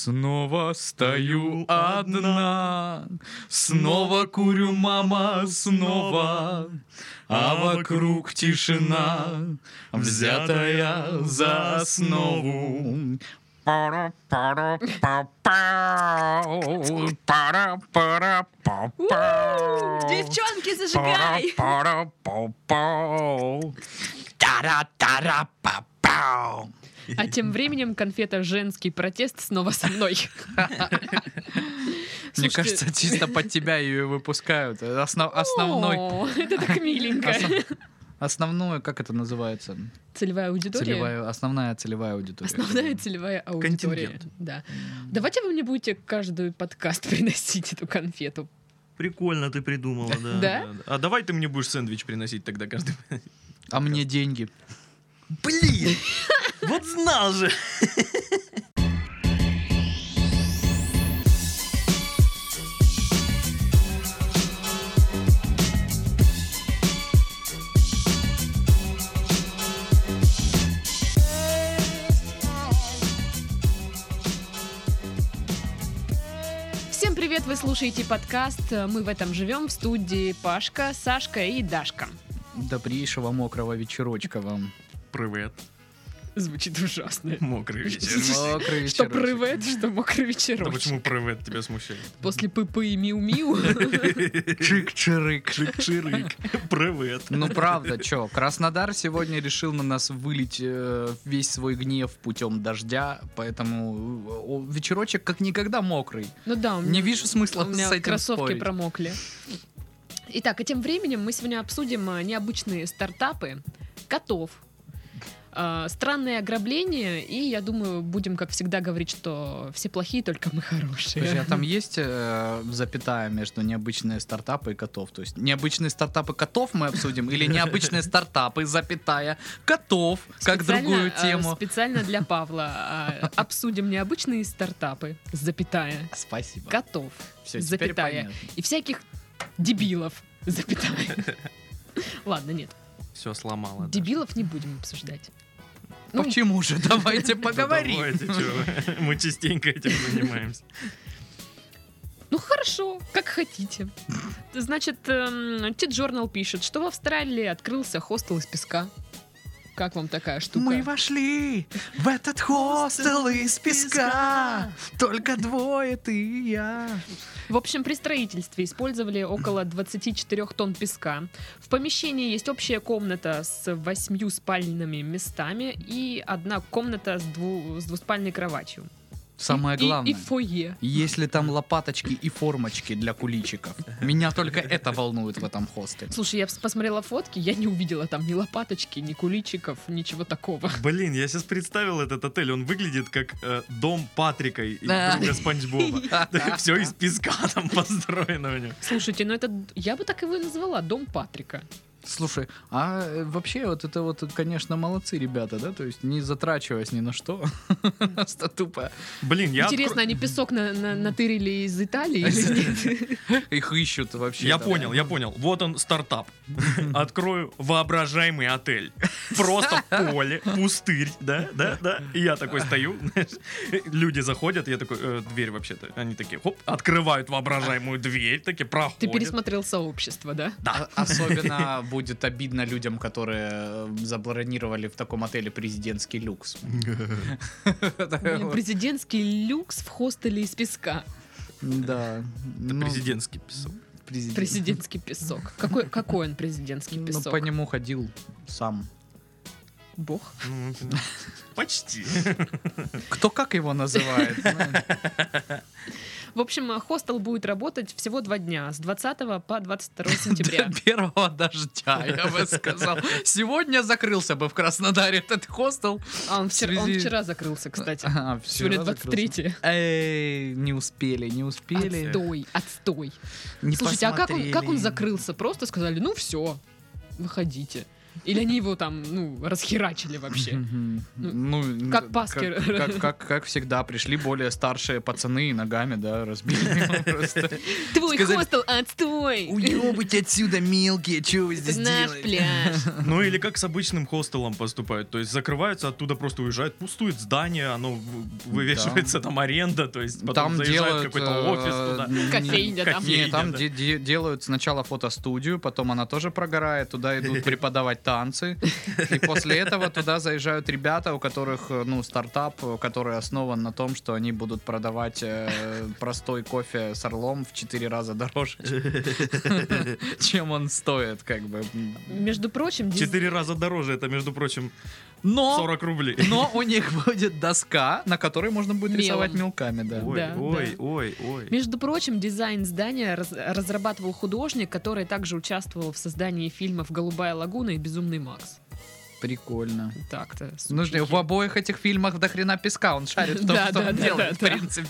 Снова стою одна, снова курю, мама, снова, а вокруг тишина, взятая за основу. Пара, пара, па, пау, пара, пара, па, пау. Девчонки, Пара, зажигай! пара, пау, пау. Тара, тара, па, пау. А тем временем конфета «Женский протест» снова со мной. Мне Слушайте, кажется, чисто под тебя ее выпускают. Осно- основной, о, Это так миленько. осно- основное, как это называется? Целевая аудитория. Целевая, э, основная целевая аудитория. Основная целевая аудитория. Контингент. Да. Давайте вы мне будете каждый подкаст приносить эту конфету. Прикольно ты придумала, да. Да? А давай ты мне будешь сэндвич приносить тогда каждый. А мне деньги. Блин! Вот знал же! Всем привет, вы слушаете подкаст «Мы в этом живем» в студии Пашка, Сашка и Дашка. Добрейшего мокрого вечерочка вам. Привет. Звучит ужасно. Мокрый вечер. Мокрый Что вечерочек. прывет, что мокрый Да вечерок. почему привет тебя смущает? После пыпы и миу-миу. Чик-чирык. Чик-чирик. Привет. Ну правда, чё, Краснодар сегодня решил на нас вылить э, весь свой гнев путем дождя, поэтому э, о, вечерочек как никогда мокрый. Ну да, у меня Не вижу смысла У меня с этим кроссовки спорить. промокли. Итак, и тем временем мы сегодня обсудим а, необычные стартапы котов. а, Странные ограбления, и я думаю, будем, как всегда, говорить, что все плохие, только мы Подожди, хорошие. а там есть э, запятая между необычные стартапы и котов? То есть необычные стартапы котов мы обсудим или необычные стартапы, запятая, котов, как Специально, другую а, тему? Специально для Павла а, обсудим необычные стартапы, запятая, Спасибо. котов Всё, теперь запятая. понятно. и всяких дебилов, запятая. Ладно, нет, Все сломала. Даша. дебилов не будем обсуждать. Ну, Почему же? Давайте Да поговорим. давайте, чё вы. Мы частенько этим занимаемся. Ну хорошо, как хотите. Значит, эм, Тит Джорнал пишет, что в Австралии открылся хостел из песка. Как вам такая штука? Мы вошли в этот хостел из песка. Только двое ты и я. В общем, при строительстве использовали около 24 тонн песка. В помещении есть общая комната с восьмью спальными местами и одна комната с, дву- с двуспальной кроватью. Самое И- и- главное. И, фойе. Если там лопаточки и формочки для куличиков. Меня только это волнует в этом хостеле. Слушай, я посмотрела фотки, я не увидела там ни лопаточки, ни куличиков, ничего такого. Блин, я сейчас представил этот отель. Он выглядит как э, дом Патрика и Да. друга Спанч Боба. Все из песка там построено у него. Слушайте, ну это... Я бы так его и назвала, дом Патрика. Слушай, а э, вообще вот это вот, конечно, молодцы ребята, да? То есть не затрачиваясь ни на что. Просто тупо. Блин, я откро- Интересно, они песок на, на- натырили из Италии или нет? Их ищут вообще. Я да. понял, я понял. Вот он стартап. Открою воображаемый отель. Просто поле, пустырь, да, да, да. И я такой стою, знаешь, люди заходят, я такой, «Э, дверь вообще-то. Они такие, хоп, открывают воображаемую дверь, такие проходят. Ты пересмотрел сообщество, да? А- Особенно будет обидно людям, которые э, забронировали в таком отеле президентский люкс. Э, Блин, Президентский люкс в хостеле из песка. Да. Это ну, президентский песок. президент. Президентский песок. Какой, какой он президентский Ну, песок? по нему ходил сам. Бог. Ну, это- Почти. Кто как его называет? В общем, э, хостел будет работать всего два дня, с 20 по 22 сентября. До первого дождя, я бы сказал. Сегодня закрылся бы в Краснодаре этот хостел. А он вчера, он связи- вчера закрылся, кстати. А, Сегодня вчера 23 закрылся. Эй, не успели, не успели. Отстой, отстой. Не Слушайте, а как он, как он посмотрели. закрылся? Просто сказали, ну все, выходите. Или они его там, ну, расхерачили вообще? Мгм. Ну, Ну, как н- Паскер. Как, как- как- как всегда, пришли более старшие пацаны и ногами, да, разбили его просто. Твой Сказали, хостел отстой! Уебать отсюда, мелкие, что вы Это наш пляж. Ну или как с обычным хостелом поступают. То есть закрываются, оттуда просто уезжают, пустует здание, оно в- вывешивается, там аренда, то есть потом Там заезжает делают э, какой-то офис туда. Кофейня там. Не, Кофейня, там да. де- де- делают сначала фотостудию, потом она тоже прогорает, туда идут преподавать танцы, и после этого туда заезжают ребята, у которых, э, ну, стартап, э, который основан на том, что они будут продавать э, простой кофе с орлом в 4 раза дороже, чем он стоит, как бы. Между прочим, диз- Четыре раза дороже, это, между прочим, Но, 40 рублей. но у них будет доска, на которой можно будет Мелом. рисовать мелками, да. Ой, Да, ой, да. ой, ой. между прочим, дизайн здания раз- разрабатывал художник, который также участвовал в создании фильмов «Голубая лагуна» и «Безумный Макс». Прикольно. Так-то. Ну, ж- в сучки. обоих этих фильмах до хрена песка, он шарит в том, Да, что да, он да, делает, в да, да. принципе.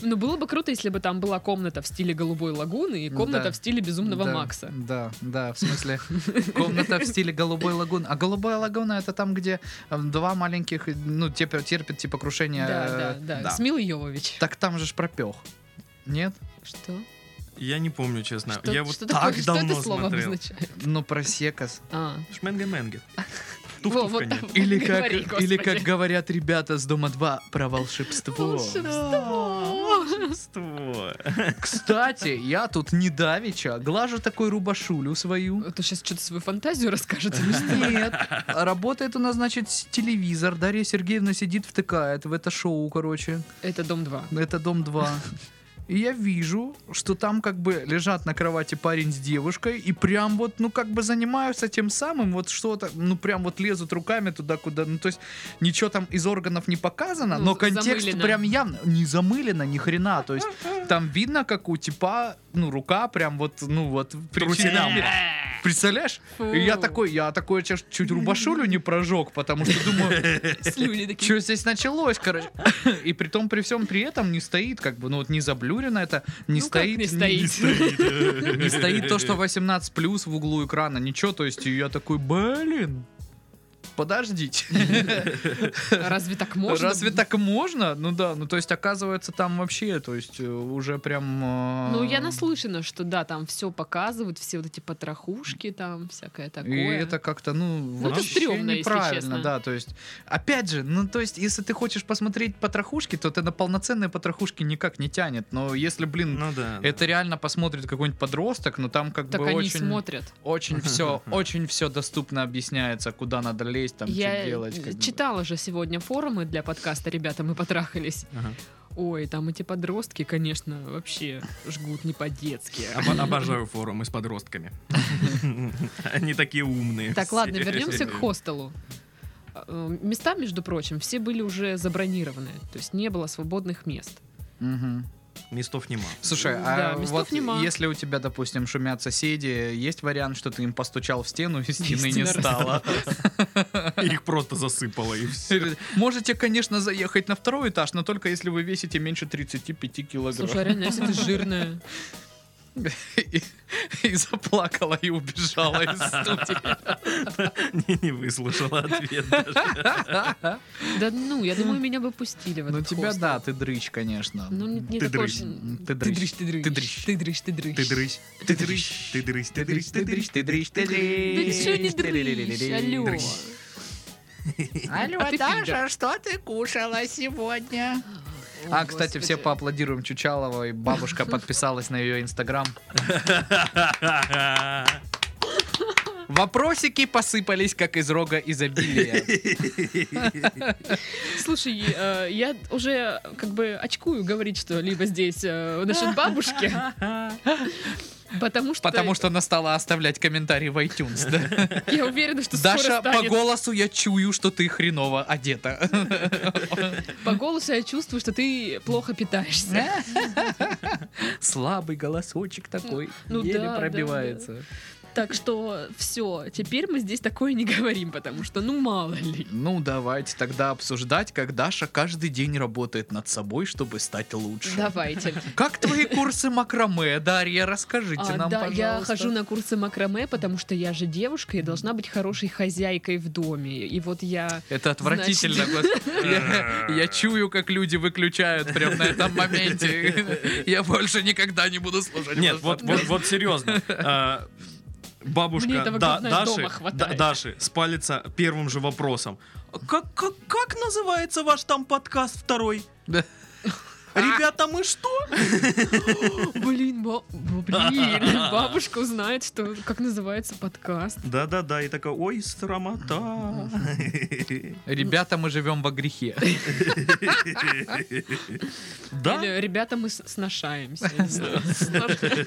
Ну, было бы круто, если бы там была комната в стиле «Голубой лагуны» и комната Да. в стиле «Безумного Да, Макса». Да, да, в смысле, комната в стиле голубой лагуны. А голубая лагуна это там, где э, два маленьких, ну, те- терпят типа крушение. Да, да, э, да. С Милой Йовович. Так там же ж пропех. Нет? Что? Я не помню, честно. Что- Я вот что такое- так что давно это слово смотрел. обозначает? Ну, просекас. А. Шменге-менге. Во, вот Туф-туф, так конечно. вот Или как, говори, или господи. как говорят ребята с Дома 2 про волшебство. Волшебство. Кстати, я тут недавеча глажу такой рубашулю свою. Ты сейчас что-то свою фантазию расскажет. Нет. Работает у нас, значит, с- телевизор. Дарья Сергеевна сидит, втыкает в это шоу, короче. Это дом 2. Ну, Это дом 2. И я вижу, что там как бы лежат на кровати парень с девушкой, и прям вот, ну как бы занимаются тем самым, вот что-то, ну прям вот лезут руками туда, куда, ну то есть ничего там из органов не показано, Ну, но з- контекст замылено. прям явно, не замылено ни хрена, то есть там видно, как у типа, ну рука прям вот, ну вот, Трусинам. причина. Представляешь? И я такой, я такой чуть, чуть рубашулю не прожег, потому что думаю, Слюни такие. что здесь началось, короче. И при том, при всем при этом не стоит, как бы, ну вот не заблюрено это, не Ну, как стоит. не ни- стоит? Не стоит то, что 18 плюс в углу экрана, ничего, то есть и я такой, блин, подождите. Разве так можно? Разве так можно? Ну да, ну то есть оказывается там вообще, то есть э, уже прям... э, Ну, я наслышана, что да, там все показывают, все вот эти потрохушки, там всякое И такое. это как-то, ну, это вообще стрёмно, если неправильно, честно. да, то есть, опять же, ну, то есть, если ты хочешь посмотреть потрохушки, то ты на полноценные потрохушки никак не тянет, но если, блин, Ну да. да. это реально посмотрит какой-нибудь подросток, но там как Так бы они очень, смотрят. очень все, очень все доступно объясняется, куда надо лезть, там, я э, что делать. как бы. читала же сегодня форумы для подкаста «Ребята, мы потрахались». Ага. Ой, там эти подростки, конечно, вообще жгут не по-детски. Обо- Обожаю форумы с подростками. Они такие умные. Так, все. ладно, вернемся к хостелу. Э, Места, между прочим, все были уже забронированы, то есть не было свободных мест. Мгм. Местов нема. Слушай, Да, а местов вот нема. если у тебя, допустим, шумят соседи, есть вариант, что ты им постучал в стену и стены не Стена стало? Их просто засыпало и все. Или, Можете, конечно, заехать на второй этаж, но только если вы весите меньше 35 килограмм. Слушай, а реально, если ты жирная. И, и заплакала и убежала из студии. Не, не выслушала ответ даже. Да ну, я думаю, меня бы пустили в Ну этот тебя, хостел. да, ты дрыщ, конечно. Ну, не, не Ты такой дрыщ. уж- Ты Ты дрыщ. дрыщ, ты дрыщ. Ты дрыщ. Ты дрыщ, ты дрыщ. Ты дрыщ, ты дрыщ, ты дрыщ, ты дрыщ, ты дрыщ, ты дрыщ, ты Да ты чё не дрыщ. дрыщ, алло. Алло, А ты Даша, пидор. что ты кушала сегодня? О, А, кстати, господи. все поаплодируем Чучаловой. Бабушка подписалась на ее инстаграм. Вопросики посыпались, как из рога изобилия. Слушай, э, я уже как бы очкую говорить, что либо здесь э, насчет бабушки, потому что, Потому что она стала оставлять комментарии в iTunes. да? я уверена, что скоро Даша, по станет. голосу я чую, что ты хреново одета. По голосу я чувствую, что ты плохо питаешься. Слабый голосочек такой, Ну еле да, да, пробивается. Так что все, теперь мы здесь такое не говорим, потому что ну мало ли. Ну, давайте тогда обсуждать, как Даша каждый день работает над собой, чтобы стать лучше. Давайте. Как твои курсы макраме, Дарья? Расскажите А, нам, да, пожалуйста. я хожу на курсы макраме, потому что я же девушка и должна быть хорошей хозяйкой в доме. И вот я Это отвратительно. господи. Я, я чую, как люди выключают прямо на этом моменте. Я больше никогда не буду слушать. Нет, ваш вот, подкаст. вот, вот серьезно. А, Мне Бабушка этого, Да- главное, Даши, дома хватает. Да- Даши спалится первым же вопросом. Как, как, как называется ваш там подкаст второй? Да. Ребята, мы что? Блин, ба- ба- блин, бабушка узнает, что как называется подкаст. Да-да-да, и такая, ой, срамота. Ребята, мы живем во грехе. Да, Или ребята, мы с- сношаемся. я не знаю.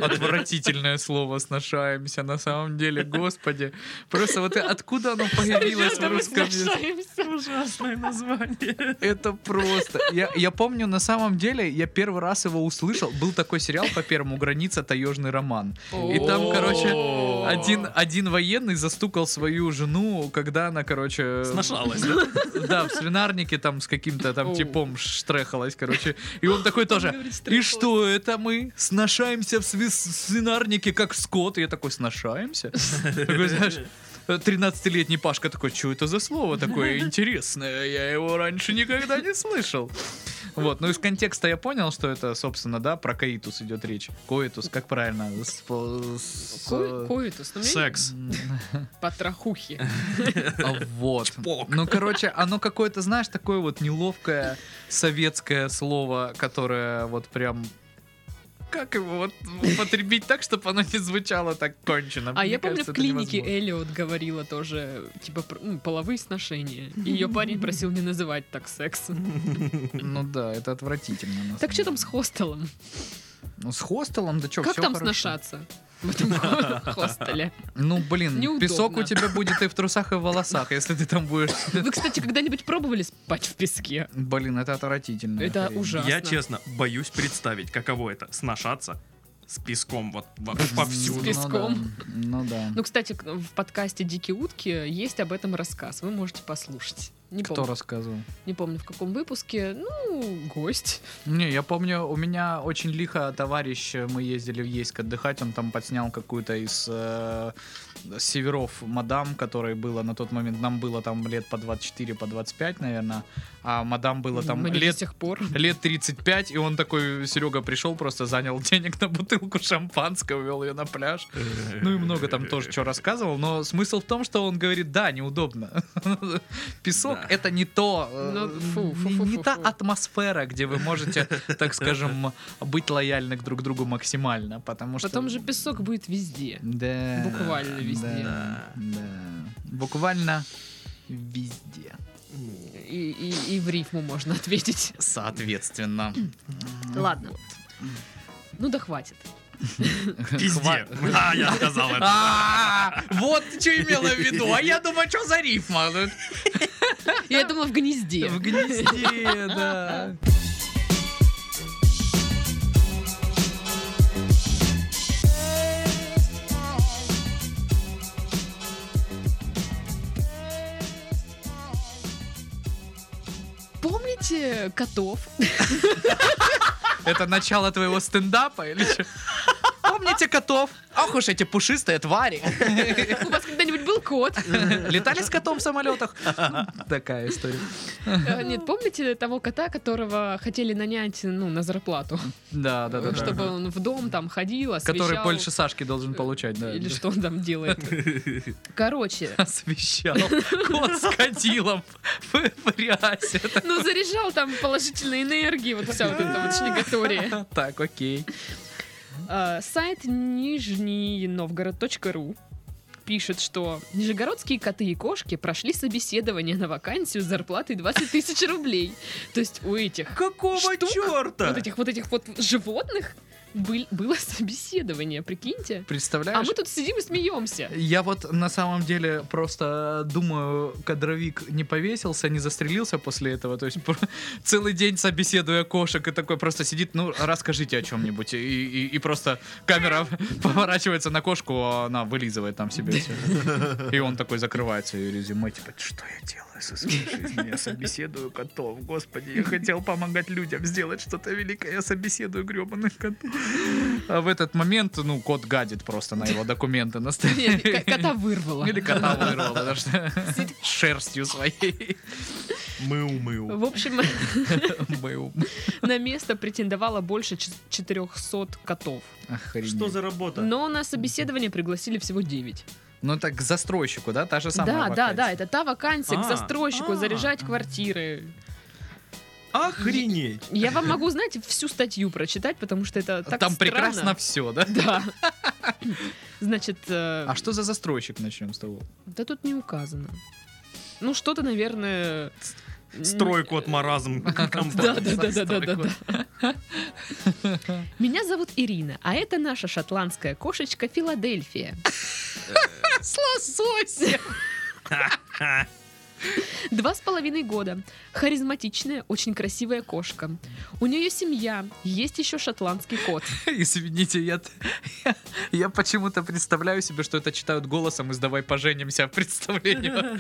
Отвратительное слово «сношаемся» на самом деле, господи. Просто вот и откуда оно появилось в Ребята, мы русском языке? сношаемся. ужасное название. Это просто. Я, я помню, на самом деле, я первый раз его услышал. Был такой сериал по первому «Граница. Таежный роман». И там, короче, один, один военный застукал свою жену, когда она, короче... Сношалась, да? Да, в свинарнике там с каким-то там Оу. типом штрехалась, короче. И он такой тоже, говорит, и «Штрехалась». что это мы сношаемся в сви- свинарнике, как скот? И я такой, сношаемся? Такой, знаешь, 13-летний Пашка такой, что это за слово такое интересное? Я его раньше никогда не слышал. Вот, ну из контекста я понял, что это, собственно, да, про каитус идет речь. Коитус, как правильно? С- с- э, Ко- Коитус, ну, меня Секс. по трахухе. а Вот. Чпок. Ну, короче, оно какое-то, знаешь, такое вот неловкое советское слово, которое вот прям... Как его вот употребить так, чтобы оно не звучало так кончено? А Мне я помню, кажется, в это клинике невозможно. Эллиот говорила тоже, типа, про- ну, половые сношения. И ее парень просил не называть так сексом. Ну да, это отвратительно. на самом Так что там деле. с хостелом? Ну, с хостелом, да что, Как там сношаться? В этом хостеле. Ну, блин, Неудобно. песок у тебя будет и в трусах, и в волосах, если ты там будешь... Вы, кстати, когда-нибудь пробовали спать в песке? Блин, это отвратительно. Это хрень. ужасно. Я, честно, боюсь представить, каково это, сношаться с песком вот во- Ну повсюду. да, песком. Ну да. Ну, кстати, к- в подкасте «Дикие утки» есть об этом рассказ. Вы можете послушать. Не, Кто помню, рассказывал? не помню, в каком выпуске. Ну, гость. Не, я помню, у меня очень лихо товарищ, э, мы ездили в Ейск отдыхать, он там подснял какую-то из э, северов мадам, которой было на тот момент, нам было там лет по 24, по 25, наверное, а мадам было там Мне лет до сих пор. лет 35, и он такой, Серега пришел, просто занял денег на бутылку шампанского, вел ее на пляж. Ну и много там тоже что рассказывал, но смысл в том, что он говорит, да, неудобно. Песок Да. это не то, э, Ну, фу, фу, не- фу, не фу, та фу. атмосфера, где вы можете, так скажем, быть лояльны к друг другу максимально, потому что... Потом же песок будет везде. Да. Буквально везде. Да. Да. да. Буквально везде. И, и- и в рифму можно ответить. Соответственно. Ладно. Ну да хватит. Пизде. А, я сказал это. А, Вот ты что имела в виду. А я думаю, что за рифма? Ну, Я думала в гнезде. В гнезде, да. Помните котов? Это начало твоего стендапа или что? Помните котов? Ах уж эти пушистые твари. У вас когда-нибудь был кот? Летали с котом в самолетах? Ну, Такая история. Э, Нет, помните того кота, которого хотели нанять ну, на зарплату? Да, да, да. да. Чтобы он в дом там ходил, освещал. Который больше Сашки должен получать, да. Или что он там делает. Короче, Освещал кот с кадилом в в рясе. ну заряжал там положительной энергии, вот вся вот эта вот шнегатория. Так, окей. А, Сайт нижний новгород.ру пишет, что нижегородские коты и кошки прошли собеседование на вакансию с зарплатой 20 тысяч рублей. То есть у этих Какого Штук? черта? вот этих вот этих вот животных был- было собеседование, прикиньте. А Представляешь? мы тут сидим и смеемся. Я вот на самом деле просто думаю, кадровик не повесился, не застрелился после этого. То есть пр- целый день собеседуя кошек и такой просто сидит, ну расскажите о чем-нибудь. И, и- и просто камера поворачивается на кошку, а она вылизывает там себе все. И он такой закрывает свое резюме, типа, что я делаю со своей жизнью? Я собеседую котов, господи, я хотел помогать людям сделать что-то великое, я собеседую гребаных котов. А в этот момент, ну, кот гадит просто на его документы на столе. Нет, к- кота вырвало. Или кота вырвал, потому что с шерстью своей. Мыл-мыл. В общем, Был. на место претендовало больше чет- 400 котов. Охренеть. Что за работа? Но на собеседование пригласили всего 9. Ну так к застройщику, да? Та же самая да, да, да, вакансия. это та вакансия к А, застройщику, а. заряжать квартиры. Охренеть. Я вам могу, знаете, всю статью прочитать, потому что это так А Там странно. прекрасно все, да? Да. Значит, э, А что за застройщик, начнем с того? да тут не указано. Ну, что-то, наверное... м, Строй кот маразм. Да, да, да, да, да, да, Застройку. да. Меня зовут Ирина, а это наша шотландская кошечка Филадельфия. С лососем. Два с половиной года. Харизматичная, очень красивая кошка. У нее семья, есть еще шотландский кот. Извините, я, я, я почему-то представляю себе, что это читают голосом из «Давай поженимся» представлению.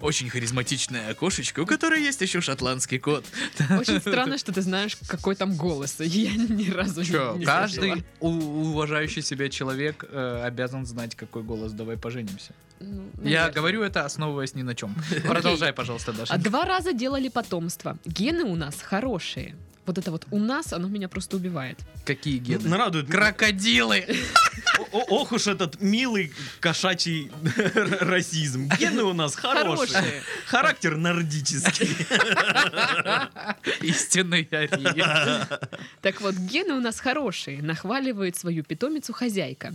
Очень харизматичная кошечка, у которой есть еще шотландский кот. Очень странно, что ты знаешь, какой там голос. Я ни разу не- Чё, не слышала. каждый у- уважающий себя человек э, обязан знать, какой голос «Давай поженимся». Ну, Я наверное. говорю это, основываясь ни на чем. Продолжай, пожалуйста, Даша. А два раза делали потомство. Гены у нас хорошие. Вот это вот у нас, оно меня просто убивает. Какие Ну, гены? Нарадует. Крокодилы! О- о- Ох уж этот милый кошачий расизм. Гены у нас хорошие. Хорошие. Характер нордический. Истинный ариец. Так вот, гены у нас хорошие, нахваливает свою питомицу хозяйка.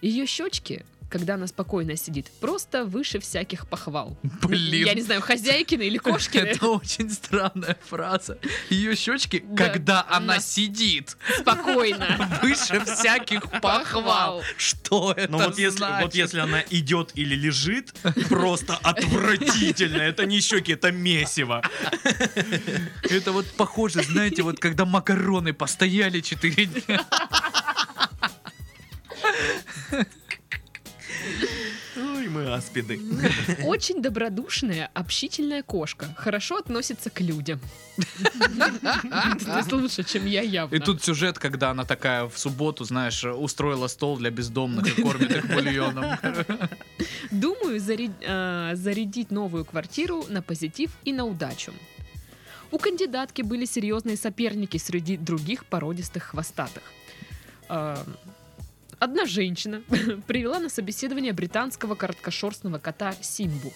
Ее щечки, когда она спокойно сидит, просто выше всяких похвал. Блин. Я не знаю, хозяйкины или кошкины. Это очень странная фраза. Ее щечки, Да, когда она она- сидит, Спокойно. выше всяких похвал. Похвал. Что это Но вот если, значит? вот если она идет или лежит, просто отвратительно. Это не щеки, это месиво. Это вот похоже, знаете, вот когда макароны постояли 4 дня. Ой, Ну мы аспиды. Очень добродушная, общительная кошка. Хорошо относится к людям. То есть лучше, чем я явно. И тут сюжет, когда она такая в субботу, знаешь, устроила стол для бездомных и кормит их бульоном. Думаю заря- э, зарядить новую квартиру на позитив и на удачу. У кандидатки были серьезные соперники среди других породистых хвостатых. Э, Одна женщина привела на собеседование британского короткошерстного кота Симбу.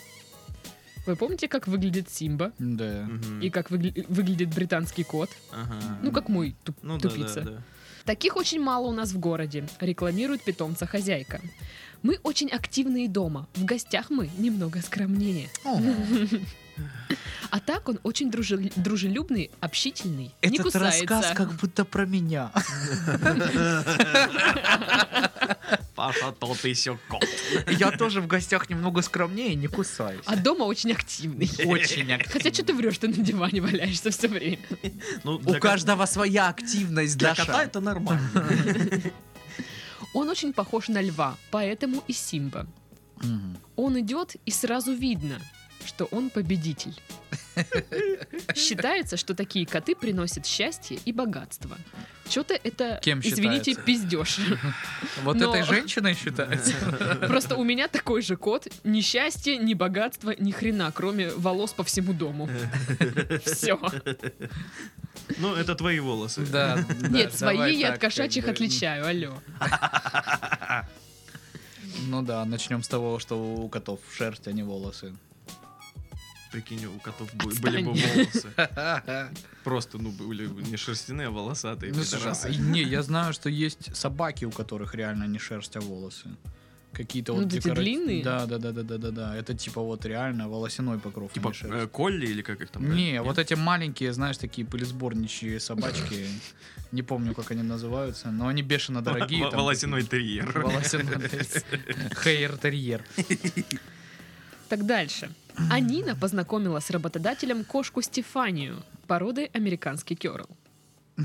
Вы помните, как выглядит Симба Да. Мгм. и как выгля- выглядит британский кот? Ага. Ну, как мой туп- Ну да, тупица. да, да. Таких очень мало у нас в городе, рекламирует питомца хозяйка. Мы очень активные дома, в гостях мы немного скромнее. А так он очень дружел- дружелюбный, общительный, не Этот кусается. рассказ как будто про меня. Паша, то ты еще кот. Я тоже в гостях немного скромнее, не кусаюсь. А дома очень активный. Очень активно. Хотя что ты врешь, ты на диване валяешься все время. Ну, У для ко- каждого своя активность, для Даша. кота это нормально. Он очень похож на льва, поэтому и Симба. Мгм. Он идет, и сразу видно, что он победитель. Считается, что такие коты приносят счастье и богатство. Что-то это, Кем извините, считается? пиздеж. Вот Но- этой женщиной считается. Просто у меня такой же кот. Ни счастья, ни богатства, ни хрена, кроме волос по всему дому. Все. Ну, это твои волосы. Да, да, Нет, давай свои я так, от кошачьих как бы. отличаю, алло. Ну да, начнем с того, что у котов шерсть, а не волосы. Прикинь, у котов бы- Отстань. были бы волосы. Ну, Просто, ну, были бы не шерстяные, а волосатые. слушай, пидорасы. а, Не, я знаю, что есть собаки, у которых реально не шерсть, а волосы. какие-то Ну, вот эти декора- длинные? Да, да, да, да, да, да, да. Это типа вот реально волосяной покров. а Типа не шерсть. э, колли или как их там? да? Не, вот эти маленькие, знаешь, такие пылесборничьи собачки. Не помню, как они называются, но они бешено дорогие. Во- там Волосяной такие. терьер. Волосяной терьер. Хейер-терьер. Так дальше. Анина познакомила с работодателем кошку Стефанию, породы американский керл.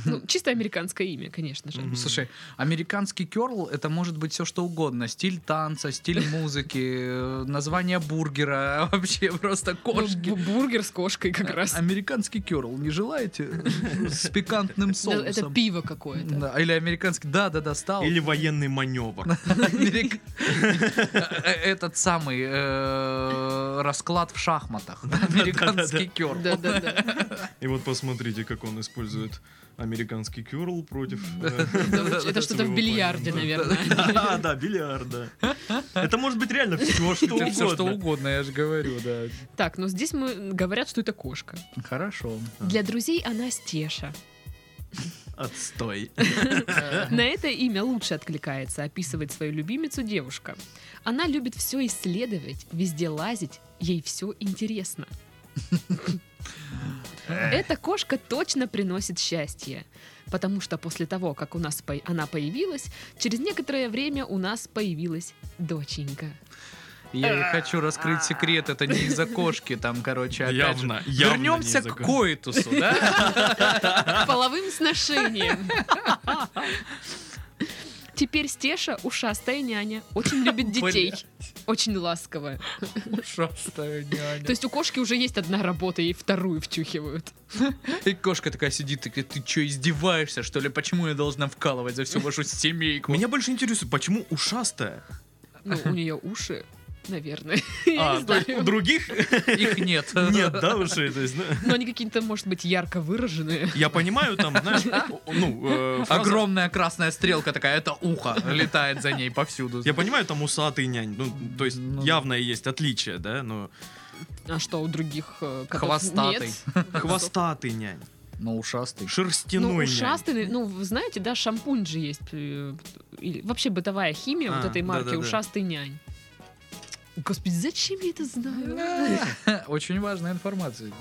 Ну, чисто американское имя, конечно же. Мгм. Слушай, американский керл это может быть все что угодно. Стиль танца, стиль музыки, э, название бургера, вообще просто Ну, кошки. А, бу- бургер с кошкой как раз. Американский керл, не желаете? э, С пикантным Да, Ну, Это соусом. пиво какое-то. Да, Или американский, да, да, да, стал. Или военный маневр. Америк- Э, Этот самый э, расклад в шахматах. Американский керл. Да-да-да. И вот посмотрите, как он использует американский кюрл против... Это вот- Это что-то в бильярде, наверное. Да, А, да, бильярд, да. Это может быть реально все, что Это все что угодно. угодно, я же говорю, да. Так, но здесь мы говорят, что это кошка. Хорошо. Для друзей она Стеша. Отстой. На это имя лучше откликается описывать свою любимицу девушка. Она любит все исследовать, везде лазить, ей все интересно. Эта кошка точно приносит счастье, потому что после того, как у нас по- она появилась, через некоторое время у нас появилась доченька. Я не хочу раскрыть секрет, это не из-за кошки, там, короче, опять Явно, же. явно не Вернемся из-за к кошки. коитусу, да? Половым сношением. Теперь Стеша ушастая няня, очень любит детей, очень ласковая. Ужасная няня. То есть у кошки уже есть одна работа, ей вторую втюхивают. И кошка такая сидит, и говорит, ты что, издеваешься, что ли? Почему я должна вкалывать за всю вашу семейку? Меня больше интересует, почему ушастая? Ну, у нее уши, наверное. Я А, не то есть у знаю. других Их нет. нет, да, ушей? То есть, ну, Но они какие-то, может быть, ярко выраженные. я понимаю, там, знаешь, ну, э, фраза- Огромная красная стрелка такая, это ухо, летает за ней повсюду. Я понимаю, там усатый нянь, ну, то есть Ну да. явное есть отличие, да, но А что, у других э, котов Хвостатый. нет? хвостатый нянь, Но Ну, ушастый. шерстяной Ну, нянь. ушастый, ну, вы знаете, да, шампунь же есть. э, или Вообще бытовая химия вот А, этой марки да-да-да. «Ушастый нянь». Господи, зачем я это знаю? Очень важная информация.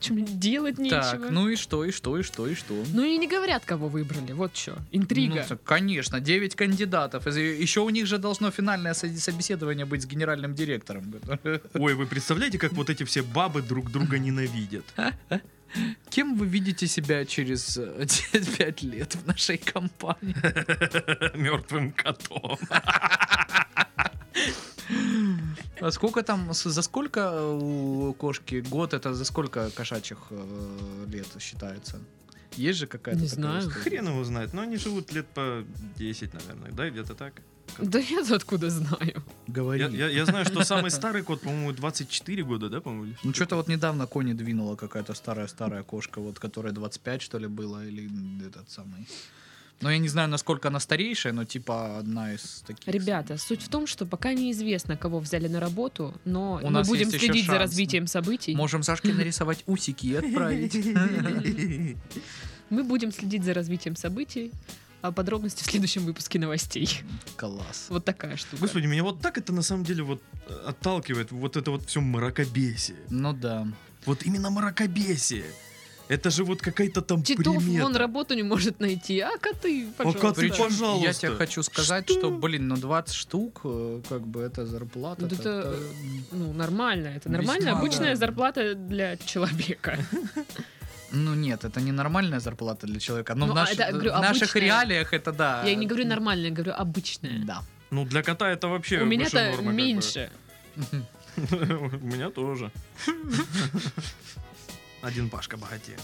Чем делать Так, нечего? ну и что, и что, и что, и что? Ну и не говорят, кого выбрали, вот что. Ну, Интрига. так, конечно, 9 кандидатов. Еще у них же должно финальное со- собеседование быть с генеральным директором. Ой, вы представляете, как вот эти все бабы друг друга ненавидят? Кем вы видите себя через 5 лет в нашей компании? Мертвым котом. А сколько там, с- за сколько э, у кошки год, это за сколько кошачьих э, лет считается? Есть же какая-то Не такая знаю. история? Хрен его знает, но они живут лет по 10, наверное, да, где-то так. Да я-то откуда знаю? Говори. Я, я- я знаю, что самый старый кот, по-моему, 24 года, да, по-моему? или Ну, что-то вот недавно Кони двинула какая-то старая-старая кошка, вот которая 25, что ли, была, или этот самый. Но я не знаю, насколько она старейшая, но типа одна из таких. Ребята, суть в том, что пока неизвестно, кого взяли на работу, но У мы нас будем есть еще следить за шанс. развитием событий. Можем Сашке нарисовать усики и отправить. Мы будем следить за развитием событий. А подробности в следующем выпуске новостей. Класс. Вот такая штука. Господи, меня вот так это на самом деле вот э, отталкивает, вот это вот все мракобесие. Ну да. Вот именно мракобесие. Это же вот какая-то там Титов примета. вон работу не может найти, а коты, пожалуйста. коты, Причем пожалуйста. я тебе хочу сказать, что, блин, ну 20 штук, э, как бы это зарплата. Да это- так-то, м. Ну, нормально, это нормально. Весьма, Обычная да. зарплата для человека. Ну нет, это не нормальная зарплата для человека. Но Ну, в, а наш- это, говорю, в наших обычная. реалиях это да. Я не говорю нормальная, я говорю обычная. Да. Ну, для кота это вообще У выше меня-то нормы, как бы. меньше. У меня тоже. Один Пашка богатее.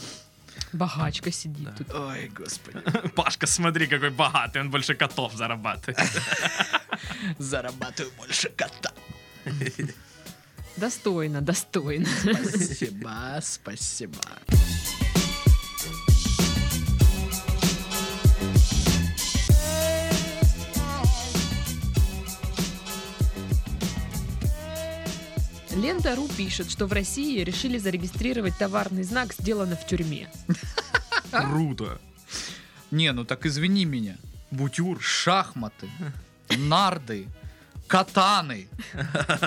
Богачка сидит Да. тут. Ой, господи. Пашка, смотри, какой богатый, он больше котов зарабатывает. Зарабатываю больше кота. Достойно, достойно. Спасибо, спасибо. Лента.ру пишет, что в России решили зарегистрировать товарный знак «Сделано в тюрьме». А? Круто. Не, ну так извини меня. Бутюр. Шахматы. нарды, катаны,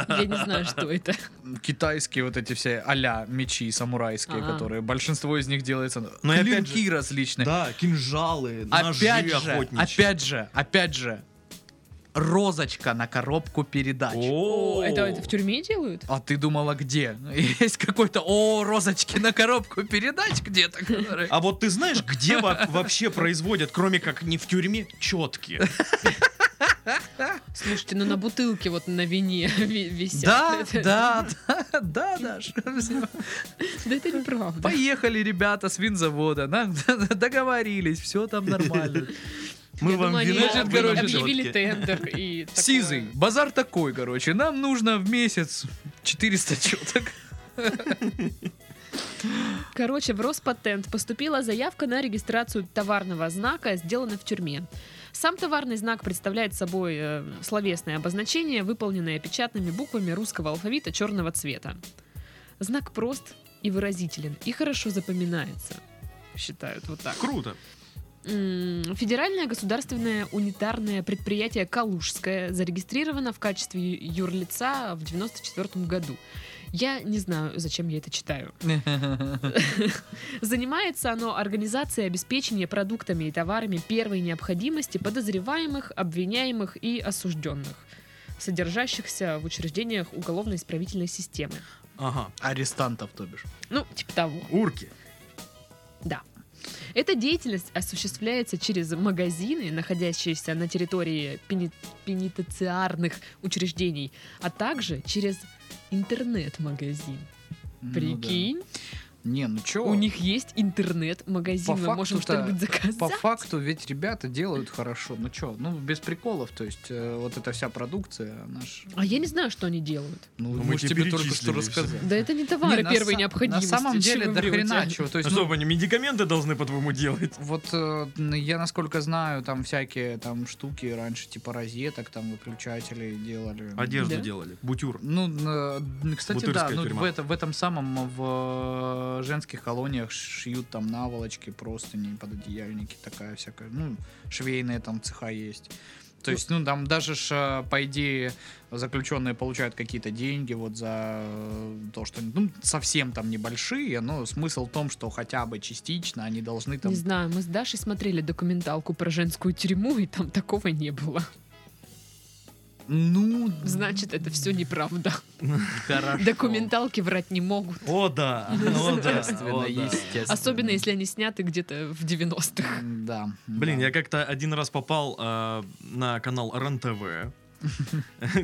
Я не знаю, что это. китайские вот эти все а-ля мечи самурайские, Ага. которые большинство из них делается. Но Ну и опять же- Клинки различные. Да, кинжалы, ножи Опять же, охотничьи. опять же, опять же, розочка на коробку передач. О, О, это это в тюрьме делают? А ты думала, где? Есть какой-то, о, розочки на коробку передач где-то, которые... А вот ты знаешь, где во- вообще производят, кроме как не в тюрьме, четки? Слушайте, ну на бутылке вот на вине ви- висят. Да, Это- да, да, да, Даш. всё. Да это неправда. Поехали, ребята, с винзавода. на- Договорились, все там нормально. Мы Я вам думаю, они вино, Значит, а вы короче, нам объявили четки. тендер и такое. Сизый, базар такой, короче. Нам нужно в месяц 400 четок. Короче, в Роспатент поступила заявка на регистрацию товарного знака, сделанного в тюрьме. Сам товарный знак представляет собой э, словесное обозначение, выполненное печатными буквами русского алфавита черного цвета. Знак прост и выразителен, и хорошо запоминается, считают вот так. Круто. М, Федеральное государственное унитарное предприятие «Калужское» зарегистрировано в качестве ю- юрлица в 1994 году. Я не знаю, зачем я это читаю. Занимается оно организацией обеспечения продуктами и товарами первой необходимости подозреваемых, обвиняемых и осужденных, содержащихся в учреждениях уголовно-исправительной системы. Ага. Арестантов, то бишь. Ну, типа того. Урки. Эта деятельность осуществляется через магазины, находящиеся на территории пени- пенитенциарных учреждений, а также через интернет-магазин. Ну да. Прикинь, Не, ну чё? у них есть интернет-магазин, По мы можем факту-то- что-нибудь заказать. По факту ведь ребята делают хорошо. Ну чё, ну без приколов. То есть э, вот эта вся продукция, она ж... А я не знаю, что они делают. Ну, Ну, мы мы ж тебе тебе только что перечислили всё. рассказали. Да это не товары Не, на первой са- необходимости. На самом чем деле, вы до врете? хрена чего. То Ну, есть, ну, Что, они медикаменты должны, по-твоему, делать? вот э, н- я, насколько знаю, там всякие там штуки раньше, типа розеток, там выключатели делали. Одежду Да. делали. Бутюр. Ну, н- кстати, Бутырская да, ну, тюрьма. в, это, в этом самом в э, женских колониях шьют там наволочки, простыни, пододеяльники, такая всякая. Ну, швейные там цеха есть. То есть, ну, там даже ж, э, по идее, заключенные получают какие-то деньги вот за э, то, что, ну, совсем там небольшие, но смысл в том, что хотя бы частично они должны там... Не знаю, мы с Дашей смотрели документалку про женскую тюрьму, и там такого не было. Ну, Значит, это все неправда. хорошо. Документалки врать не могут. О, да. О, да. Естественно, О, да. естественно. Особенно, если они сняты где-то в 90-х. Да. Блин, да. я как-то один раз попал э, на канал РЕН-ТВ.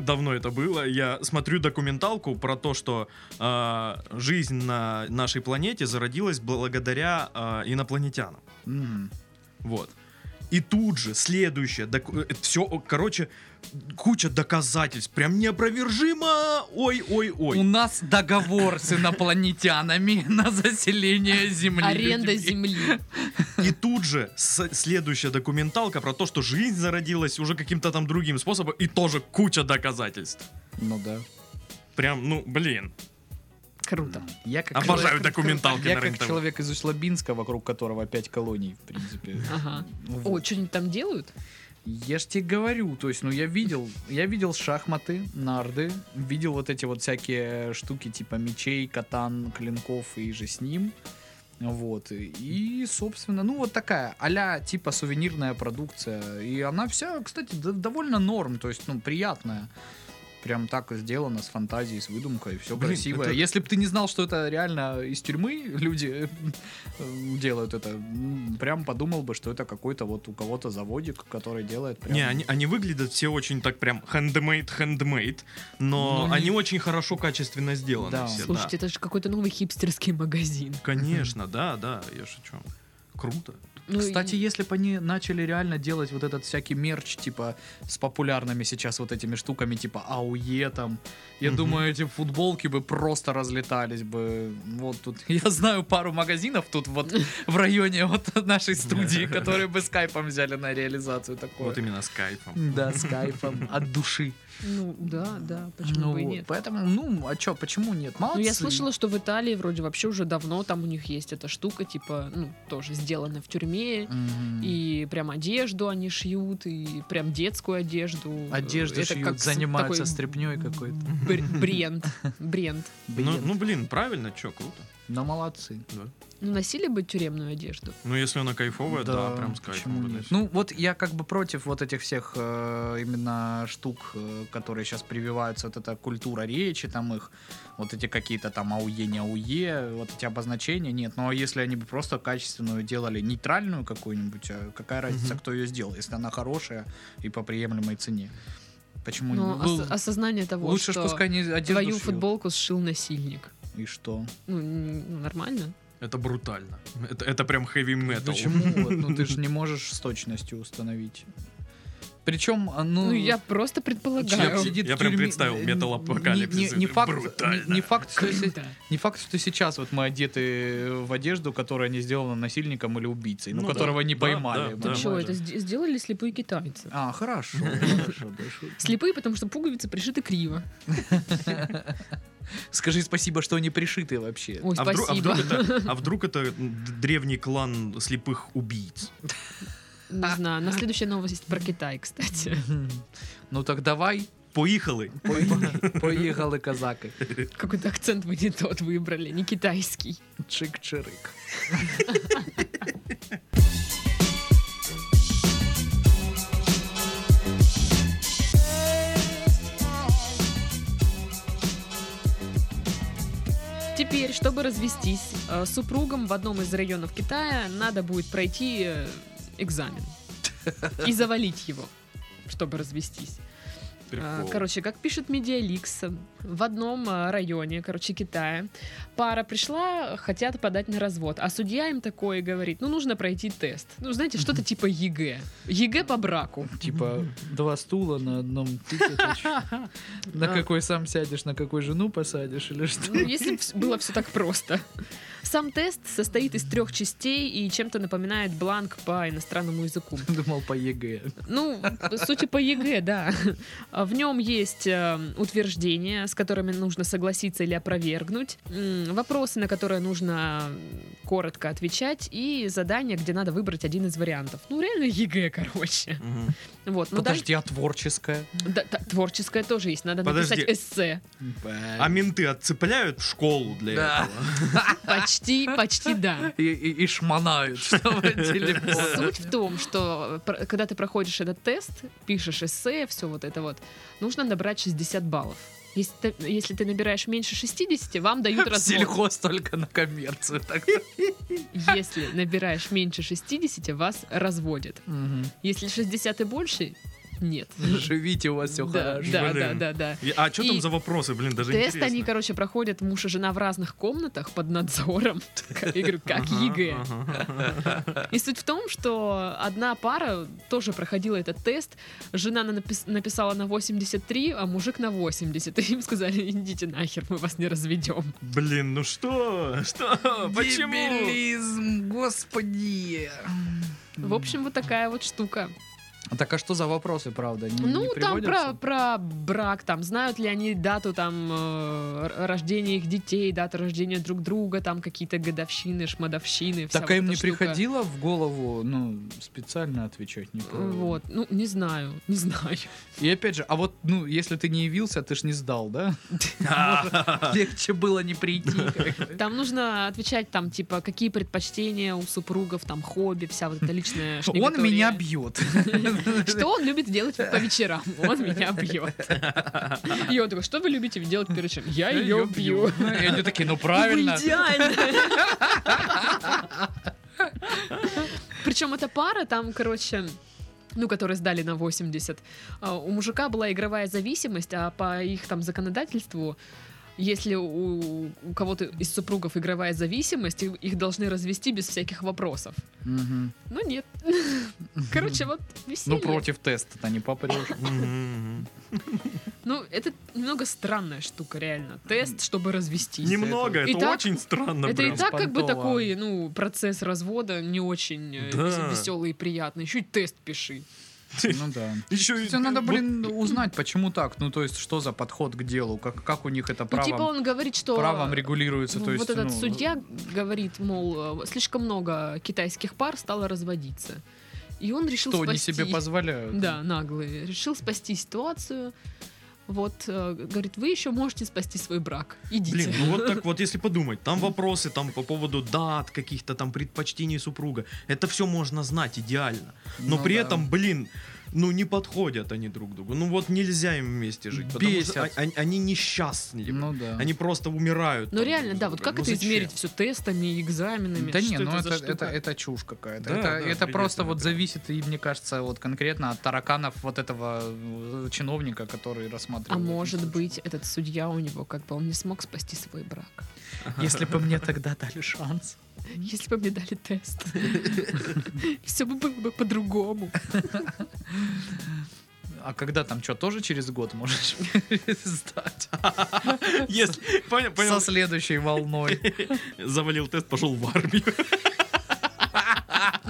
Давно это было. Я смотрю документалку про то, что э, жизнь на нашей планете зародилась благодаря э, инопланетянам. Мгм. Вот. И тут же следующее, э, все, короче, куча доказательств, прям неопровержимо, ой, ой, У ой. нас договор с инопланетянами на заселение Земли. Аренда людьми. земли. И тут же с- следующая документалка про то, что жизнь зародилась уже каким-то там другим способом, и тоже куча доказательств. Ну да. Прям, ну, блин, Круто. Я как обожаю человек- документалки Я на как РЕН-ТВ. человек из Усть-Лабинска, вокруг которого пять колоний, в принципе. Ага. О, Вот. что-нибудь там делают? Я ж тебе говорю, то есть, ну я видел, я видел шахматы, нарды, видел вот эти вот всякие штуки типа мечей, катан, клинков и же с ним. Вот, и, собственно, ну вот такая, а типа сувенирная продукция, и она вся, кстати, д- довольно норм, то есть, ну, приятная. Прям так и сделано, с фантазией, с выдумкой, все Блин, красиво. это- Если бы ты не знал, что это реально из тюрьмы люди э, делают это, м, прям подумал бы, что это какой-то вот у кого-то заводик, который делает прям... Не, они, они выглядят все очень так прям хендмейд-хендмейд, но Ну, не- они очень хорошо качественно сделаны Да. все. да. Слушайте, это же какой-то новый хипстерский магазин. Конечно, да, да, я шучу. Круто. Ну, Кстати, и- если бы они начали реально делать вот этот всякий мерч, типа, с популярными сейчас вот этими штуками, типа АУЕ там, я Мгм. думаю, эти футболки бы просто разлетались бы. Вот тут, я знаю пару магазинов тут вот в районе вот нашей студии, которые бы скайпом взяли на реализацию такое. Вот именно с кайфом. Ну, Да, скайпом, от души. Ну, да, да, почему Ну бы и вот, нет. Поэтому, ну, а чё, почему нет? Молодцы. Ну, я слышала, что в Италии вроде вообще уже давно там у них есть эта штука, типа, ну, тоже сделана в тюрьме. Мгм. И прям одежду они шьют, и прям детскую одежду. Одежду Это шьют, как с- занимаются такой стряпнёй какой-то. бр- Бренд. Бренд. Ну, Блин, ну, блин, правильно, чё, круто. ну молодцы. Ну, носили бы тюремную одежду? Ну, если она кайфовая, да, прям с почему кайфом. бы нет? носить. Ну, вот я как бы против вот этих всех э, именно штук, э, которые сейчас прививаются, вот эта культура речи, там их, вот эти какие-то там ауе, не ауе, вот эти обозначения, нет. Ну, а если они бы просто качественную делали, нейтральную какую-нибудь, а какая разница, Мгм. кто ее сделал, если она хорошая и по приемлемой цене? Почему Ну, не- Был- ос- осознание того, Лучше ж что пускай не одежду твою шьют. футболку сшил насильник. И что? Ну, н- ну, нормально. Это брутально. Это, это прям хэви метал. Почему? Вот, Ну, ты же не можешь с точностью установить. Причем, а, ну... Ну, я просто Человек Я- предполагаю. сидит я в прям тюрьме- представил э, металлопокалипсис. Не, не- не Это факт, брутально. не- не факт, что се- Круто. не факт, что сейчас вот мы одеты в одежду, которая не сделана насильником или убийцей, ну, Ну да, которого не да, поймали. мы да, да. Ну, Ты можем. чё, это сде- сделали слепые китайцы? А, хорошо, хорошо, большой. Слепые, потому что пуговицы пришиты криво. А Скажи спасибо, что они пришиты вообще. Ой, А вдруг, а спасибо. вдруг это, а вдруг это д- древний клан слепых убийц? А. Не знаю. На следующая новость про Китай, кстати. Ну так давай, Поехали. поехали, поехали казаки. Какой-то акцент вы не тот выбрали, не китайский. Чик-чирик. Теперь, чтобы развестись, э, супругам в одном из районов Китая надо будет пройти э, экзамен и завалить его, чтобы развестись. А, Прикол. Короче, как пишет Медиаликс, в одном а, районе, короче, Китая, пара пришла, хотят подать на развод, а судья им такое говорит, ну, нужно пройти тест. Ну, знаете, что-то типа ЕГЭ. ЕГЭ по браку. Типа два стула на одном тыке, это чё? На А. какой сам сядешь, на какой жену посадишь или что? Ну, если б было все так просто. Сам тест состоит из трех частей и чем-то напоминает бланк по иностранному языку. Думал по ЕГЭ. Ну, судя по ЕГЭ, да. А В нем есть э, утверждения, с которыми нужно согласиться или опровергнуть, м, вопросы, на которые нужно коротко отвечать, и задания, где надо выбрать один из вариантов. Ну, реально ЕГЭ, короче. Мгм. Вот, ну даже Подожди, а творческая? да, да, творческое тоже есть, надо Подожди. написать эссе. А менты отцепляют школу для Да. этого? Почти, почти да. и, и- и шмонают, чтобы телефон. Суть в том, что пр- когда ты проходишь этот тест, пишешь эссе, все вот это вот, нужно набрать 60 баллов. Если ты, если ты набираешь меньше 60, вам дают В развод. Сельхоз только на коммерцию. так. Если набираешь меньше 60, вас разводят. Если 60 и больше, нет. Живите, у вас все да, хорошо. да, да, Блин. да, да. И- А что И там за вопросы, блин, даже Тест интересно. они, короче, проходят муж и жена в разных комнатах под надзором. Я говорю, как Ага, ЕГЭ. ага. И суть в том, что одна пара тоже проходила этот тест. Жена на- напис- написала на 83, а мужик на 80. И им сказали, идите нахер, мы вас не разведем. Блин, ну что? Что? Почему? Дебилизм, господи. В общем, вот такая вот штука. Так а что за вопросы, правда? не- не ну, там про, приводятся? про брак, там, знают ли они дату там э, р- рождения их детей, дату рождения друг друга, там какие-то годовщины, шмадовщины. вся Так вот а им эта не штука. приходило в голову, ну, специально отвечать не про- Вот, ну, не знаю, не знаю. И опять же, а вот, ну, если ты не явился, ты ж не сдал, да? А, Легче было не прийти. Там нужно отвечать, там, типа, какие предпочтения у супругов, там, хобби, вся вот эта личная Он шнегатория. меня бьет. Что он любит делать по вечерам? Он меня бьет. И он такой, что вы любите делать перед чем? Я ее бью. И они такие, ну правильно. Вы идеально. Причем эта пара там, короче, ну, которые сдали на 80. а, У мужика была игровая зависимость, а по их там законодательству, если у, у кого-то из супругов игровая зависимость, и- их должны развести без всяких вопросов. Мгм. Но нет. Короче, вот Ну, веселье. против теста-то не попрешь. мгм, мгм. Ну, это немного странная штука, реально. Тест, чтобы развестись. Немного, это Итак, очень странно, Это прям. и так как бы понтово. такой, ну, процесс развода не очень Да. веселый и приятный. Еще и тест пиши. Ну да. Еще Кстати, надо, блин, узнать, почему так. Ну, то есть, что за подход к делу, как, как у них это Ну, типа правом, он говорит, что правом регулируется. То вот есть, этот ну, судья говорит, мол, э, слишком много китайских пар стало разводиться. И он решил что они спасти... себе позволяют. Да, наглый. Решил спасти ситуацию. Вот, э, говорит, вы еще можете спасти свой брак. Идите. Блин, ну вот так вот, если подумать, там вопросы там по поводу дат, каких-то там предпочтений супруга, это все можно знать идеально, но Ну при да. этом, блин, ну не подходят они друг другу, ну вот нельзя им вместе жить, потому что Бесят. о- они, они несчастливы, Ну да. они просто умирают. Ну там реально, друг да, у вот друга. как Ну это зачем? измерить все тестами, экзаменами? э, Да не, Что ну это, это, за это, это, штука? чушь какая-то. Да, это да, это просто приветствую, вот да. зависит, и мне кажется, вот конкретно от тараканов вот этого э, чиновника, который рассматривал. А этот может случай. быть, этот судья у него как бы он не смог спасти свой брак. Если бы мне тогда дали шанс. Если бы мне дали тест, все бы было бы по-другому. А когда там что, тоже через год можешь сдать? Если, понял, понял, Со следующей волной. завалил тест, пошел в армию.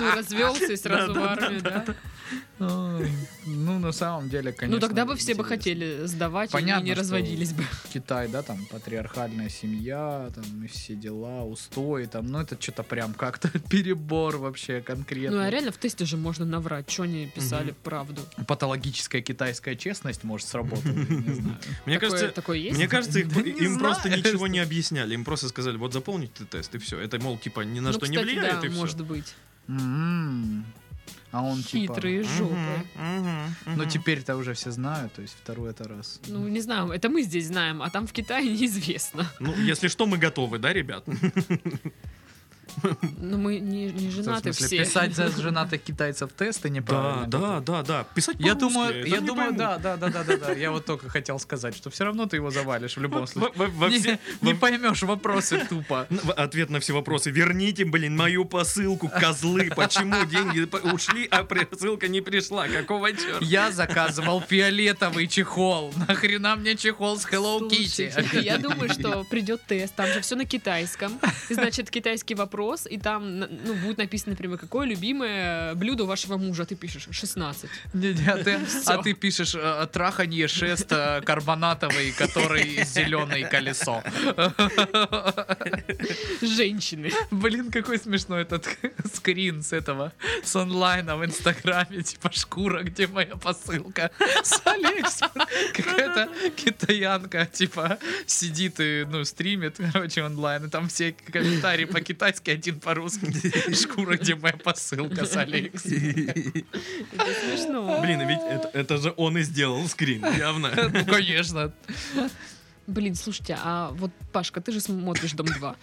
Ну, развелся и сразу в армию, да? Ой, Ну, на самом деле, конечно. Ну, тогда бы все бы интересно. хотели сдавать Понятно, и не что разводились бы. Китай, да, там патриархальная семья, там и все дела, устои, там, ну это что-то прям как-то перебор вообще конкретно. Ну, а реально в тесте же можно наврать, что они писали правду. Патологическая китайская честность может сработать, не знаю. Мне Такое- кажется, такое есть? Мне кажется, их- Да не им просто знаю. ничего не объясняли. Им просто сказали, вот заполните ты тест, и все. Это, мол, типа, ни на Ну, что не кстати, влияет, да, и все. может быть. М. А он типа, Хитрые жопы. Ну теперь-то уже все знают, то есть второй это раз. Ну, не знаю, это мы здесь знаем, а там в Китае неизвестно. Ну, если что, мы готовы, да, ребят? Но мы не, не Это, в женаты смысле, все. писать за женатых китайцев тесты Да, неправильно. да, да, да. Писать Я по-русски, думаю, это я не думаю, поймут. да, да, да, да, да, да. Я вот только хотел сказать, что все равно ты его завалишь в любом случае. Во- во- во не, все- не во- поймешь вопросы тупо. Н- Ну, в- Ответ на все вопросы. Верните, блин, мою посылку, козлы. Почему деньги по- ушли, а посылка не пришла? Какого черта? Я заказывал фиолетовый чехол. Нахрена мне чехол с Hello Слушайте, Kitty? Я думаю, что придет тест, там же все на китайском. И, значит, китайский вопрос, и там на- ну, будет написано, например, какое любимое блюдо вашего мужа, а ты пишешь 16. Не, не, а, ты, Всё. а ты пишешь э, траханье шест э, карбонатовый, который зеленое колесо. Женщины. Блин, какой смешной этот скрин с этого, с онлайна в Инстаграме, типа шкура, где моя посылка с Алиэкспресс. Какая-то китаянка, типа, сидит и, ну, стримит, короче, онлайн, и там все комментарии по-китайски, один по-русски. Шкура, где моя посылка с Алиэкспресс. Это смешно. Блин, а ведь это, это же он и сделал скрин, явно. Ну, конечно. Блин, слушайте, а вот, Пашка, ты же смотришь «Дом-2».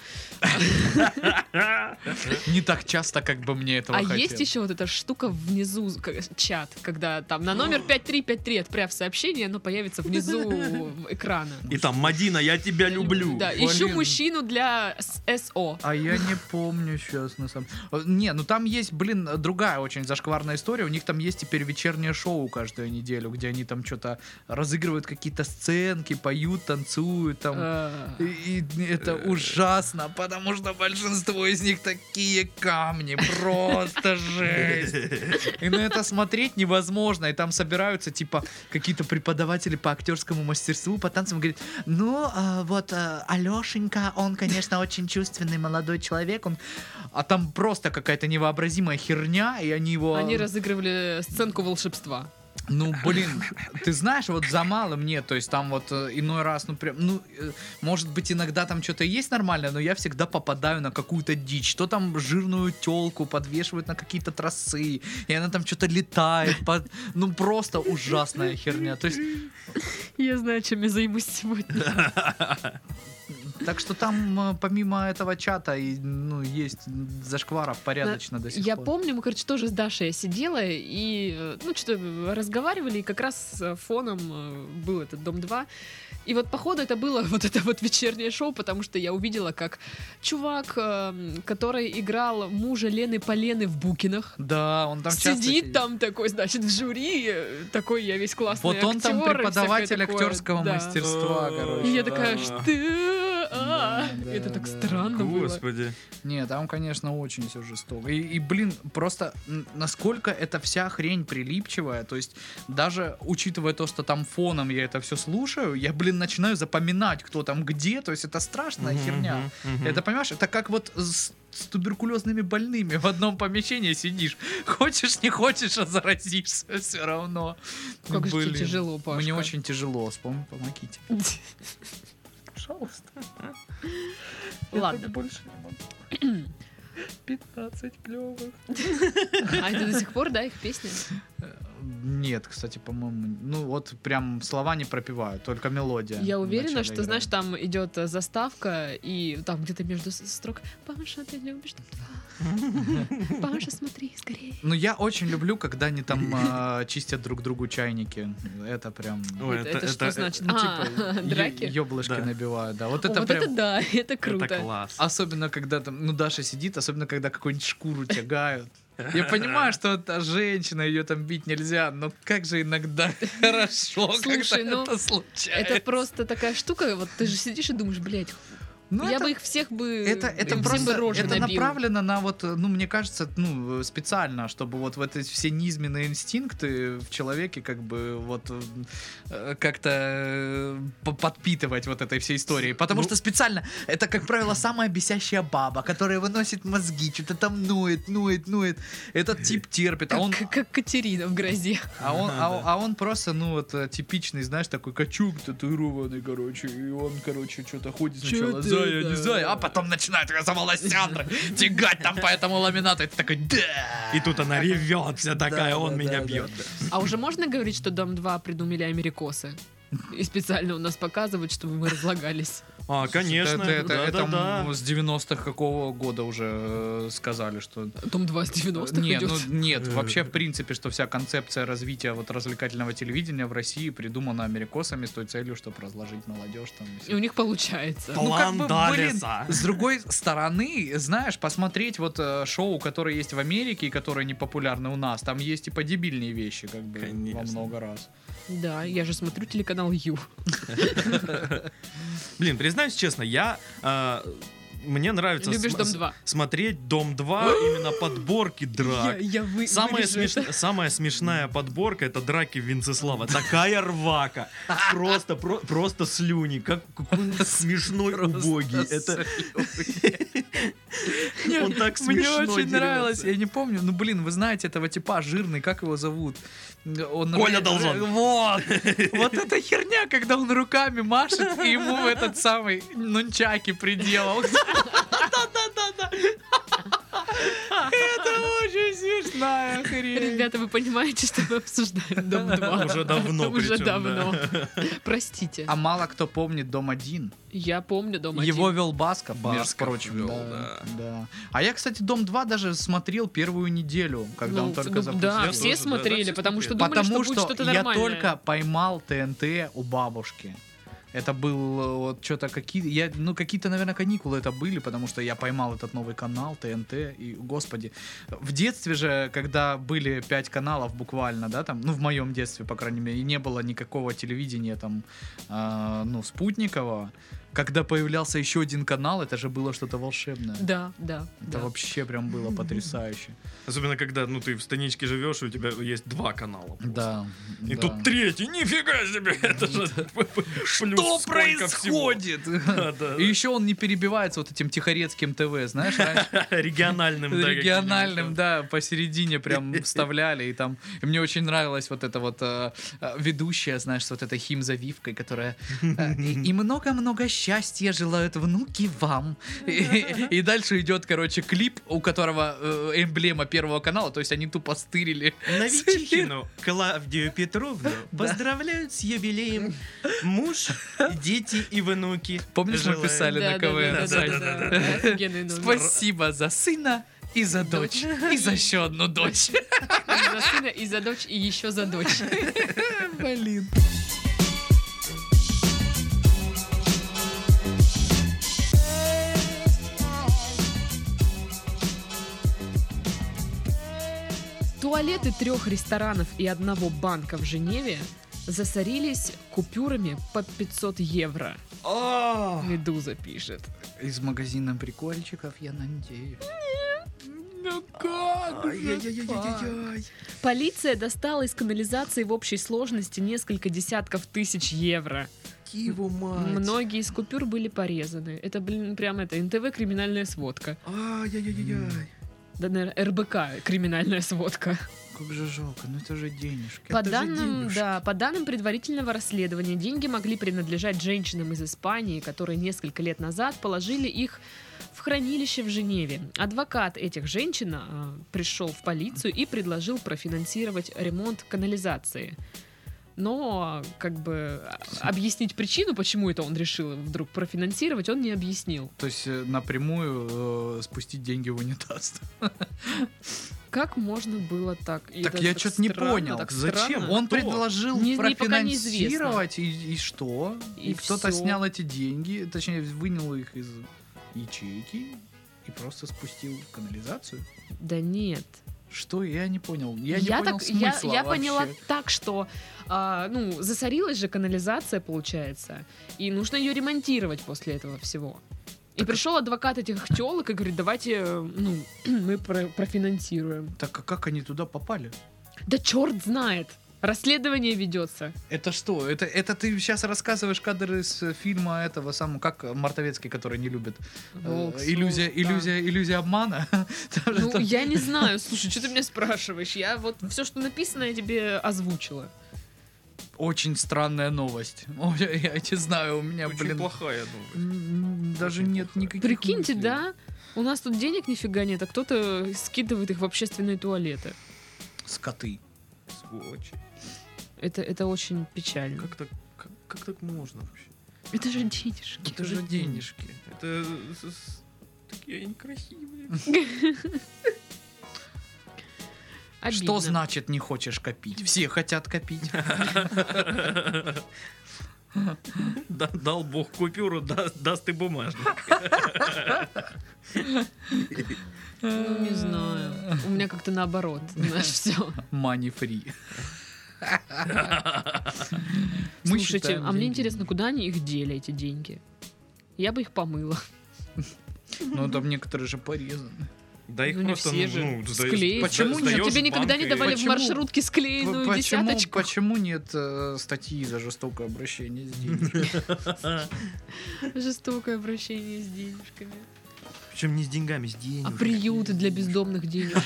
Не так часто, как бы мне этого А хотелось. есть еще вот эта штука внизу, как- чат, когда там на номер 5353 отправь сообщение, оно появится внизу экрана. И там, Мадина, я тебя люблю. Да, Блин. ищу мужчину для с- СО. А я не помню сейчас, на самом... Э, Не, ну там есть, блин, другая очень зашкварная история. У них там есть теперь вечернее шоу каждую неделю, где они там что-то разыгрывают какие-то сценки, поют, танцуют там. Э, А, И, и это ужасно, потому что большинство из них такие камни, просто жесть. И на это смотреть невозможно. И там собираются, типа, какие-то преподаватели по актерскому мастерству, по танцам. Говорит, ну, а, вот а, Алешенька, он, конечно, очень чувственный молодой человек. Он... А там просто какая-то невообразимая херня, и они его... Они разыгрывали сценку волшебства. Ну, блин, ты знаешь, вот за мало мне, то есть там вот э, иной раз, ну, прям, ну, э, может быть, иногда там что-то есть нормально, но я всегда попадаю на какую-то дичь. Что там жирную телку подвешивают на какие-то тросы, и она там что-то летает. под- Ну, просто ужасная херня. То есть, Я знаю, чем я займусь сегодня. так что там, э, помимо этого чата, и, ну, есть зашкваров порядочно до сих Я пор. помню, мы, короче, тоже с Дашей я сидела и, э, ну, что-то разговаривали, и как раз э, фоном э, был этот «Дом-2». И вот, походу, это было вот это вот вечернее шоу, потому что я увидела, как чувак, э, который играл мужа Лены Полены в Букинах, Да, он Ну, там часто сидит, там такой, значит, в жюри, э, такой я весь классный Вот он там актер и всякое преподаватель такое. актерского Да. мастерства, И короче. И я Да. такая, что? А, Да, это так странно было. Господи. Не, там, конечно, очень все жестоко. И, и, блин, просто м, насколько эта вся хрень прилипчивая, то есть даже учитывая то, что там фоном я это все слушаю, я, блин, начинаю запоминать, кто там где, то есть это страшная Мгм, херня. мгм, мгм. Это, понимаешь, это как вот с, с туберкулезными больными в одном помещении сидишь. Хочешь, не хочешь, а заразишься все равно. Как же Блин. тебе тяжело, Пашка. Мне очень тяжело, вспом- помогите. Пожалуйста. Ладно. больше не могу. 15 клевых. А это до сих пор, да, их песни? Нет, кстати, по-моему, ну вот прям слова не пропивают, только мелодия. Я в уверена, начале что, играет. знаешь, там идет э, заставка, и там где-то между с- строк «Паша, ты любишь два. Паша, смотри, скорее». Ну я очень люблю, когда они там а, чистят друг другу чайники. Это ну, прям. Ой, Это это что значит? А, драки? Еблышки Да. набивают, да. Вот О, это Вот прям. это да, это Это круто. класс. Особенно, когда там, ну, Даша сидит, особенно, когда какую-нибудь шкуру тягают. Я понимаю, что это женщина, ее там бить нельзя, но как же иногда хорошо, Слушай, когда ну, это случается. Это просто такая штука, вот ты же сидишь и думаешь, блядь, Ну, я это- бы их всех бы... Это, это им всем просто бы рожи это набил. направлено на вот, ну, мне кажется, ну, специально, чтобы вот в эти все низменные инстинкты в человеке как бы вот э, как-то э, по- подпитывать вот этой всей историей. Потому Ну- что специально, это, как правило, самая бесящая баба, которая выносит мозги, что-то там ноет, ноет, ноет. Этот тип терпит, а Как, он, как- как Катерина в грозе. а он, Ага, а, он- а он просто, ну, вот э, типичный, знаешь, такой качук татуированный, короче, и он, короче, что-то ходит Чё сначала, ты, зая, да?» не зая, а потом начинает ее за волосяндры тягать там по этому ламинату, и ты такой, да! И тут она ревет вся такая, А Да, он да, меня да, бьет. А уже можно говорить, что Дом 2 придумали америкосы? И специально у нас показывают, чтобы мы разлагались. А, конечно. Это, это, да, это да, да. м, с 90-х какого года уже э, сказали, что... Дом 2 с 90-х Нет, идет. ну, нет, Э. вообще, в принципе, что вся концепция развития вот развлекательного телевидения в России придумана америкосами с той целью, чтобы разложить молодежь там. и всё И у них получается. Ну, План блин, Даллеса. с другой стороны, знаешь, посмотреть вот э, шоу, которые есть в Америке и которые не популярны у нас, там есть и подебильные вещи, как бы, Конечно. во много раз. Да, я же смотрю телеканал Ю. Блин, признаюсь честно, я... а, мне нравится Любишь см- «Дом 2»? смотреть Дом 2 именно подборки драк. Я, я вы- Самая, вырежу это. смеш- Самая смешная подборка это драки Венцеслава. Такая рвака. Просто, про- просто слюни. Как, какой он смешной, убогий. Это, он так смешно Мне очень дерется. нравилось, я не помню, ну блин, вы знаете этого типа жирный, как его зовут? Он Коля ре- Должон. Вот, вот эта херня, когда он руками машет и ему этот самый нунчаки приделал. Да-да-да-да. Это очень смешная хрень. Ребята, вы понимаете, что мы обсуждаем Дом 2? Уже давно Уже причем, да. давно. Простите. А мало кто помнит Дом один. Я помню Дом Его 1. вел Басков, между Басков прочим. вел, да, да. да. А я, кстати, Дом 2 даже смотрел первую неделю, когда Ну, он только ну, запустился. Да, Я все тоже, да, да, смотрели, все потому что смотрели. думали, Потому что будет что-то я нормальное. только поймал ТНТ у бабушки. Это был э, вот что-то какие-то, я, ну какие-то, наверное, каникулы это были, потому что я поймал этот новый канал ТНТ и, господи, в детстве же, когда были пять каналов буквально, да, там, ну в моем детстве, по крайней мере, и не было никакого телевидения там, э, ну спутникового. Когда появлялся еще один канал, это же было что-то волшебное. Да, да. Это да. вообще прям было потрясающе. Особенно когда ну ты в станичке живешь, и у тебя есть два канала. просто. Да. И да. тут третий, нифига себе, это же Что Что происходит? И еще он не перебивается вот этим тихорецким ТВ, знаешь, раньше Региональным, да. региональным, каким-нибудь, да, посередине прям вставляли, и там, и мне очень нравилась вот эта вот э, э, ведущая, знаешь, с вот этой хим-завивкой, которая э, и и много-много счастья желают внуки вам. И и дальше идет, короче, клип, у которого э, эмблема Первого канала, то есть они тупо стырили Новичихину Клавдию Петровну поздравляют с юбилеем муж, дети и внуки. Помнишь, мы Желаю- писали? на Да, да, КВН, да, да, Сань. да, да, офигенный номер. Спасибо за сына и за дочь, и за еще одну дочь. И за сына, и за дочь, и еще за дочь. Блин. Туалеты трех ресторанов и одного банка в Женеве засорились купюрами по 500 евро. А, Медуза пишет. Из магазина прикольчиков, я надеюсь. Ну как Полиция достала из канализации в общей сложности несколько десятков тысяч евро. Киву мать. Многие из купюр были порезаны. Это, блин, прям это НТВ криминальная сводка. Ай-яй-яй-яй. Да, наверное, РБК криминальная сводка. Как же жалко, ну это же денежки. По это же данным, денежки. да, по данным предварительного расследования, деньги могли принадлежать женщинам из Испании, которые несколько лет назад положили их в хранилище в Женеве. Адвокат этих женщин а, пришел в полицию и предложил профинансировать ремонт канализации. Но, как бы, а- объяснить причину, почему это он решил вдруг профинансировать, он не объяснил. То есть э, напрямую э, спустить деньги в унитаз. Как можно было так? И Так это я что-то не странно, понял. так Зачем? странно. Он Кто? предложил Не- не- пока профинансировать, и, и что? И, И кто-то всё. снял эти деньги, точнее, вынял их из ячейки и просто спустил в канализацию. Да нет. Что? Я не понял. Я, не понял я- смысла я поняла вообще. так, что а, ну, засорилась же канализация, получается, и нужно ее ремонтировать после этого всего. И пришел адвокат этих телок и говорит, давайте э, ну, мы про- профинансируем. Так а как они туда попали? Да черт знает! Расследование ведется. Это что? Это, это ты сейчас рассказываешь кадры из э, фильма этого самого, как Мартовецкий, который не любит. э, Волк, иллюзия, Солнце, да. иллюзия, иллюзия обмана. Там же Ну, там- я не знаю, слушай, что ты меня спрашиваешь? Я вот все, что написано, я тебе озвучила. Очень странная новость. О, я, я не знаю, у меня, Очень блин, плохая новость. м, даже Очень нет плохо. никаких. Прикиньте, мыслей. да? У нас тут денег нифига нет, а кто-то скидывает их в общественные туалеты. Скоты. Сволочи. Это, это очень печально. Как так, как, как так можно вообще? Это же денежки. Это же денежки. Это с- с- такие некрасивые. Что значит не хочешь копить? Все хотят копить. Да- Дал бог купюру, да- даст и бумажник. Ну, не знаю. У меня как-то наоборот, знаешь, все. Money free. Мы Слушайте, считаем а мне деньги. интересно, куда они их дели, эти деньги? Я бы их помыла. Ну там некоторые же порезаны. Да их Ну, не просто все же. ну, сда- Склеить. сда- Почему нет? сдаешь Тебе в никогда банк не и- давали Почему? в маршрутке склеенную Почему- десяточку? Почему нет э, статьи за жестокое обращение с деньгами? Жестокое обращение с денежками. Причем не с деньгами, с А деньгами. приюты для бездомных денежек.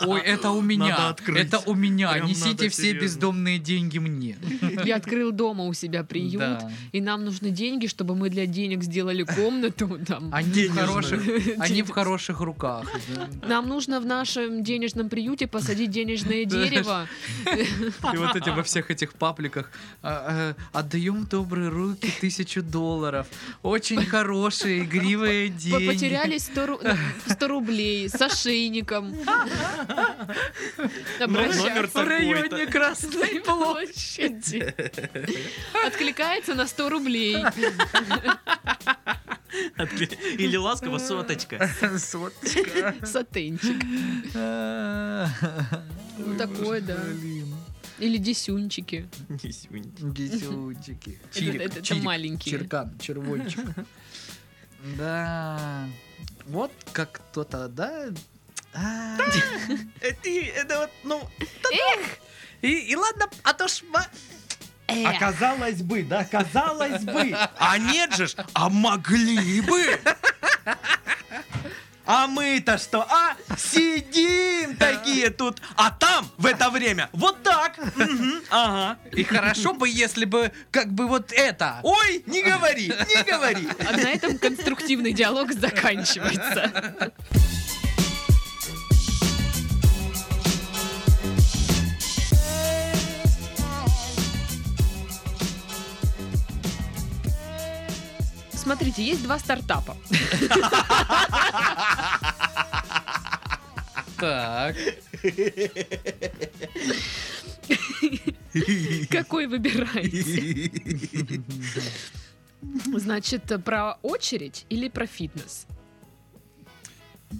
Ой, это у Надо меня. открыть. Это у меня. Прям Несите надо, все серьезно. бездомные деньги мне. Я открыл дома у себя приют, Да. и нам нужны деньги, чтобы мы для денег сделали комнату там. Они в Денежные. хороших, они в хороших руках. да. Нам нужно в нашем денежном приюте посадить денежное дерево. И вот эти во всех этих пабликах а, э, отдаем в добрые руки тысячу долларов. Очень хорошие, игривые П- деньги. Потеряли 100, ру- э, 100 рублей с ошейником. номер Ну, Обращаться В районе такой-то. Красной к площади. Откликается на 100 рублей. Откле- Или ласково соточка. Соточка. Сатенчик. Ну, такое, да. Блин. Или десюнчики. Не сюнь. Десятики. Это- это- это маленькие. Черкан, червончик. Да. Вот как кто-то, да? А. Э, ты, это вот, ну... И, и ладно, а то ж... ма- Э, А казалось бы, да, казалось бы. А нет же ж, а могли бы! А мы-то что? А сидим такие тут, а там в это время вот так. Мгм, Ага. И хорошо бы, если бы, как бы вот это. Ой, не говори, не говори. А на этом конструктивный диалог заканчивается. Смотрите, есть два стартапа. Так. Какой выбираете? Значит, про очередь или про фитнес?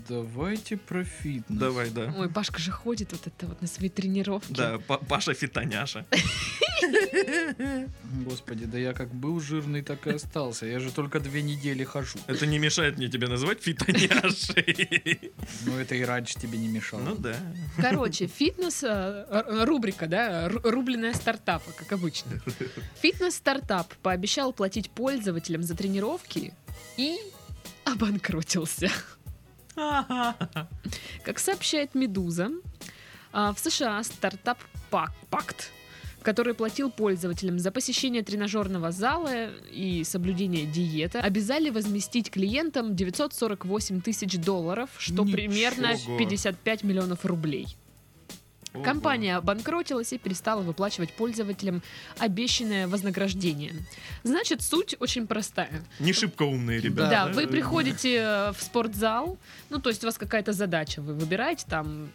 Давайте про фитнес. Давай, да. Ой, Пашка же ходит вот это вот на свои тренировки. Да, Па- Паша Фитоняша. Господи, да я как был жирный, так и остался. Я же только две недели хожу. Это не мешает мне тебя называть Фитоняшей. Но это и раньше тебе не мешало. Ну да. Короче, фитнес, э, р- рубрика, да, ру- рубленая стартапа, как обычно. Фитнес-стартап пообещал платить пользователям за тренировки и обанкротился. Как сообщает «Медуза», а, в США стартап Пак- «Пакт», который платил пользователям за посещение тренажерного зала и соблюдение диеты, обязали возместить клиентам 948 тысяч долларов, что Ничего. примерно 55 миллионов рублей. Ого. Компания обанкротилась и перестала выплачивать пользователям обещанное вознаграждение. Значит, суть очень простая. Не шибко умные ребята. Да, вы приходите э, в спортзал, ну, то есть у вас какая-то задача, вы выбираете там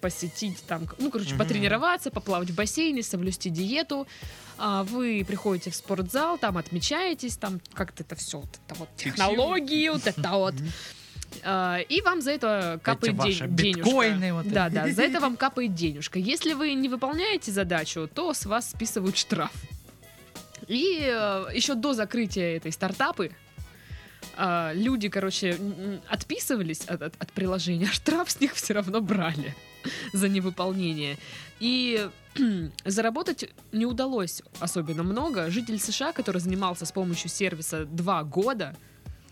посетить там, ну, короче, Мгм. потренироваться, поплавать в бассейне, соблюсти диету. А Вы приходите в спортзал, там отмечаетесь, там как-то это все, вот это вот технологии, вот это вот. А, И вам за это капает ваши ден- денежка. биткоины вот эти. да, да, за это вам капает денежка. Если вы не выполняете задачу, то с вас списывают штраф. И еще до закрытия этой стартапы а, люди, короче, м, м, отписывались от, от- от приложения, а штраф с них все равно брали за невыполнение. И кхм, заработать не удалось особенно много. Житель США, который занимался с помощью сервиса два года,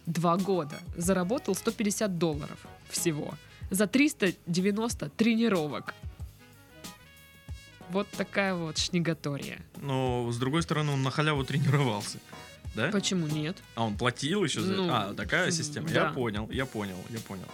два года, заработал 150 долларов всего за 390 тренировок. Вот такая вот шнегатория. Но с другой стороны, он на халяву тренировался. Да? Почему нет? А он платил еще за Ну, это? А, такая м, система. да. Я понял, я понял, я понял.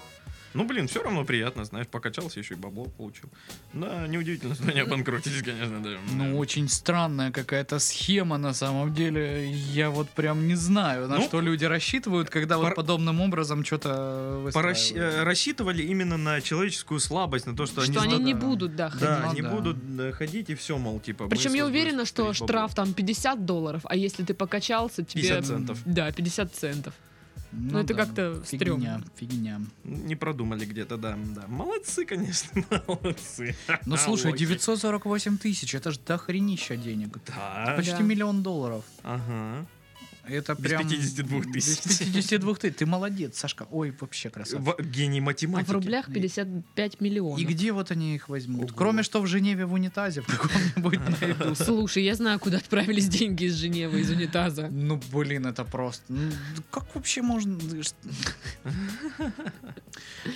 Ну, блин, все равно приятно, знаешь, покачался еще и бабло получил. Да, неудивительно, что они обанкротились, конечно, да. Ну, очень странная какая-то схема на самом деле. Я вот прям не знаю, на Ну, что люди рассчитывают, когда пор- вот подобным образом что-то Порасч- э, рассчитывали именно на человеческую слабость, на то, что, Что они... они ну не да. будут, да, ходить. Да, Ну они да. будут да, ходить и все, мол, типа... мы Причем я создали уверена, что бабло. штраф там 50 долларов, а если ты покачался, тебе... 50 центов. Да, 50 центов. Ну, это как-то Фигня, стрёмно. А фигня. Не продумали где-то, да, да. Молодцы, конечно, молодцы. Ну, слушай, Лохи. 948 тысяч, это ж дохренища денег. Да, Почти Да. миллион долларов. ага. Это Без прям... 52 тысяч. Без 52 тысяч. Ты молодец, Сашка. Ой, вообще красавчик. Во- Гений А математики. в рублях 55 миллионов. И где вот они их возьмут? Ого. Кроме что в Женеве в унитазе в каком-нибудь найдут. Слушай, я знаю, куда отправились деньги из Женевы, из унитаза. Ну, блин, это просто... ну, как вообще можно...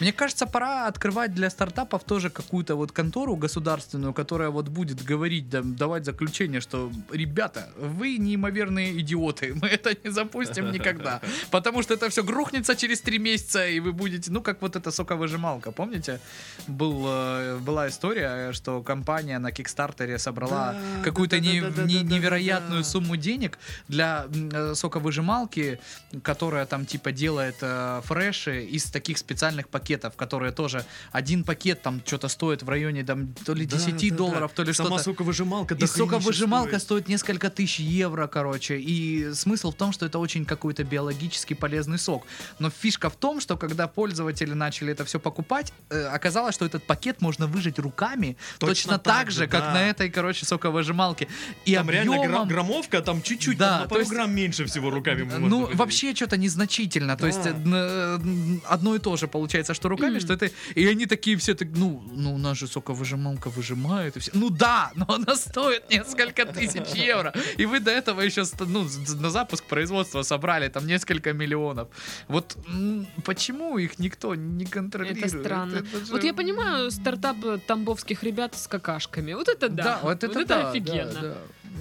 Мне кажется, пора открывать для стартапов тоже какую-то вот контору государственную, которая вот будет говорить, да, давать заключение, что, ребята, вы неимоверные идиоты, мы это не запустим никогда, потому что это все грохнется через три месяца, и вы будете, ну, как вот эта соковыжималка, помните? Был, э, была история, что компания на Кикстартере собрала Да, какую-то да, да, не- да, да, не- да, да, невероятную да. сумму денег для м, э, соковыжималки, которая там типа делает э, фреши из таких специальных пакетов, которые тоже один пакет там что-то стоит в районе там то ли 10 долларов, то ли Сама что-то. соковыжималка И дохренища соковыжималка стоит. стоит несколько тысяч евро, короче. И смысл в том, что это очень какой-то биологически полезный сок. Но фишка в том, что когда пользователи начали это все покупать, э, оказалось, что этот пакет можно выжать руками точно, так, же, как да. на этой, короче, соковыжималке. И Там реально гра- объемом- граммовка, а там чуть-чуть, Да, там на то пару есть- грамм меньше всего руками можно ну, выдавить. вообще что-то незначительно. То Да. есть э, н- э, одно и то же получается, что руками, Мгм. что это. И они такие все так, ну, ну, у нас же соковыжималка выжимает и все. Ну да, но она стоит несколько тысяч евро. И вы до этого еще ст- ну, з- з- на запуск производства собрали там несколько миллионов. Вот м, почему их никто не контролирует? Это странно. же- Вот я понимаю стартап э, тамбовских ребят с какашками. Вот это да. Да, вот это, да, да, офигенно. да.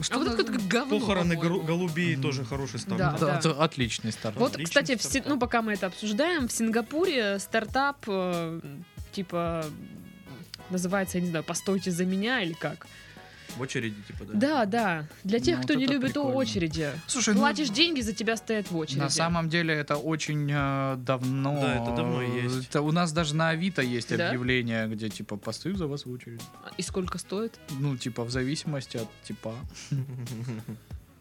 Что А вот за- это какое-то говно, Похороны по-моему. гру- голубей Мгм. тоже хороший стандарт. Да, Да, это отличный старт. Вот, Отличный кстати, в Си- стартап. ну пока мы это обсуждаем, в Сингапуре стартап э, типа называется, я не знаю, постойте за меня или как. В очереди, типа, Да, да. Для тех, Ну, кто вот не это любит прикольно. очереди. Слушай, ну- Платишь деньги, за тебя стоят в очереди. На самом деле это очень э, давно. Да, это давно есть. Это у нас даже на Авито есть Да? объявление, где типа постою за вас в очередь. А, И сколько стоит? Ну, типа, в зависимости от типа.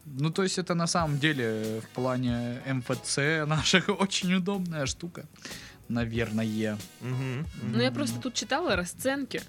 Ну, то есть это на самом деле в плане МФЦ наших очень удобная штука. Наверное. Мгм, Но Ну, я мгм. просто тут читала расценки.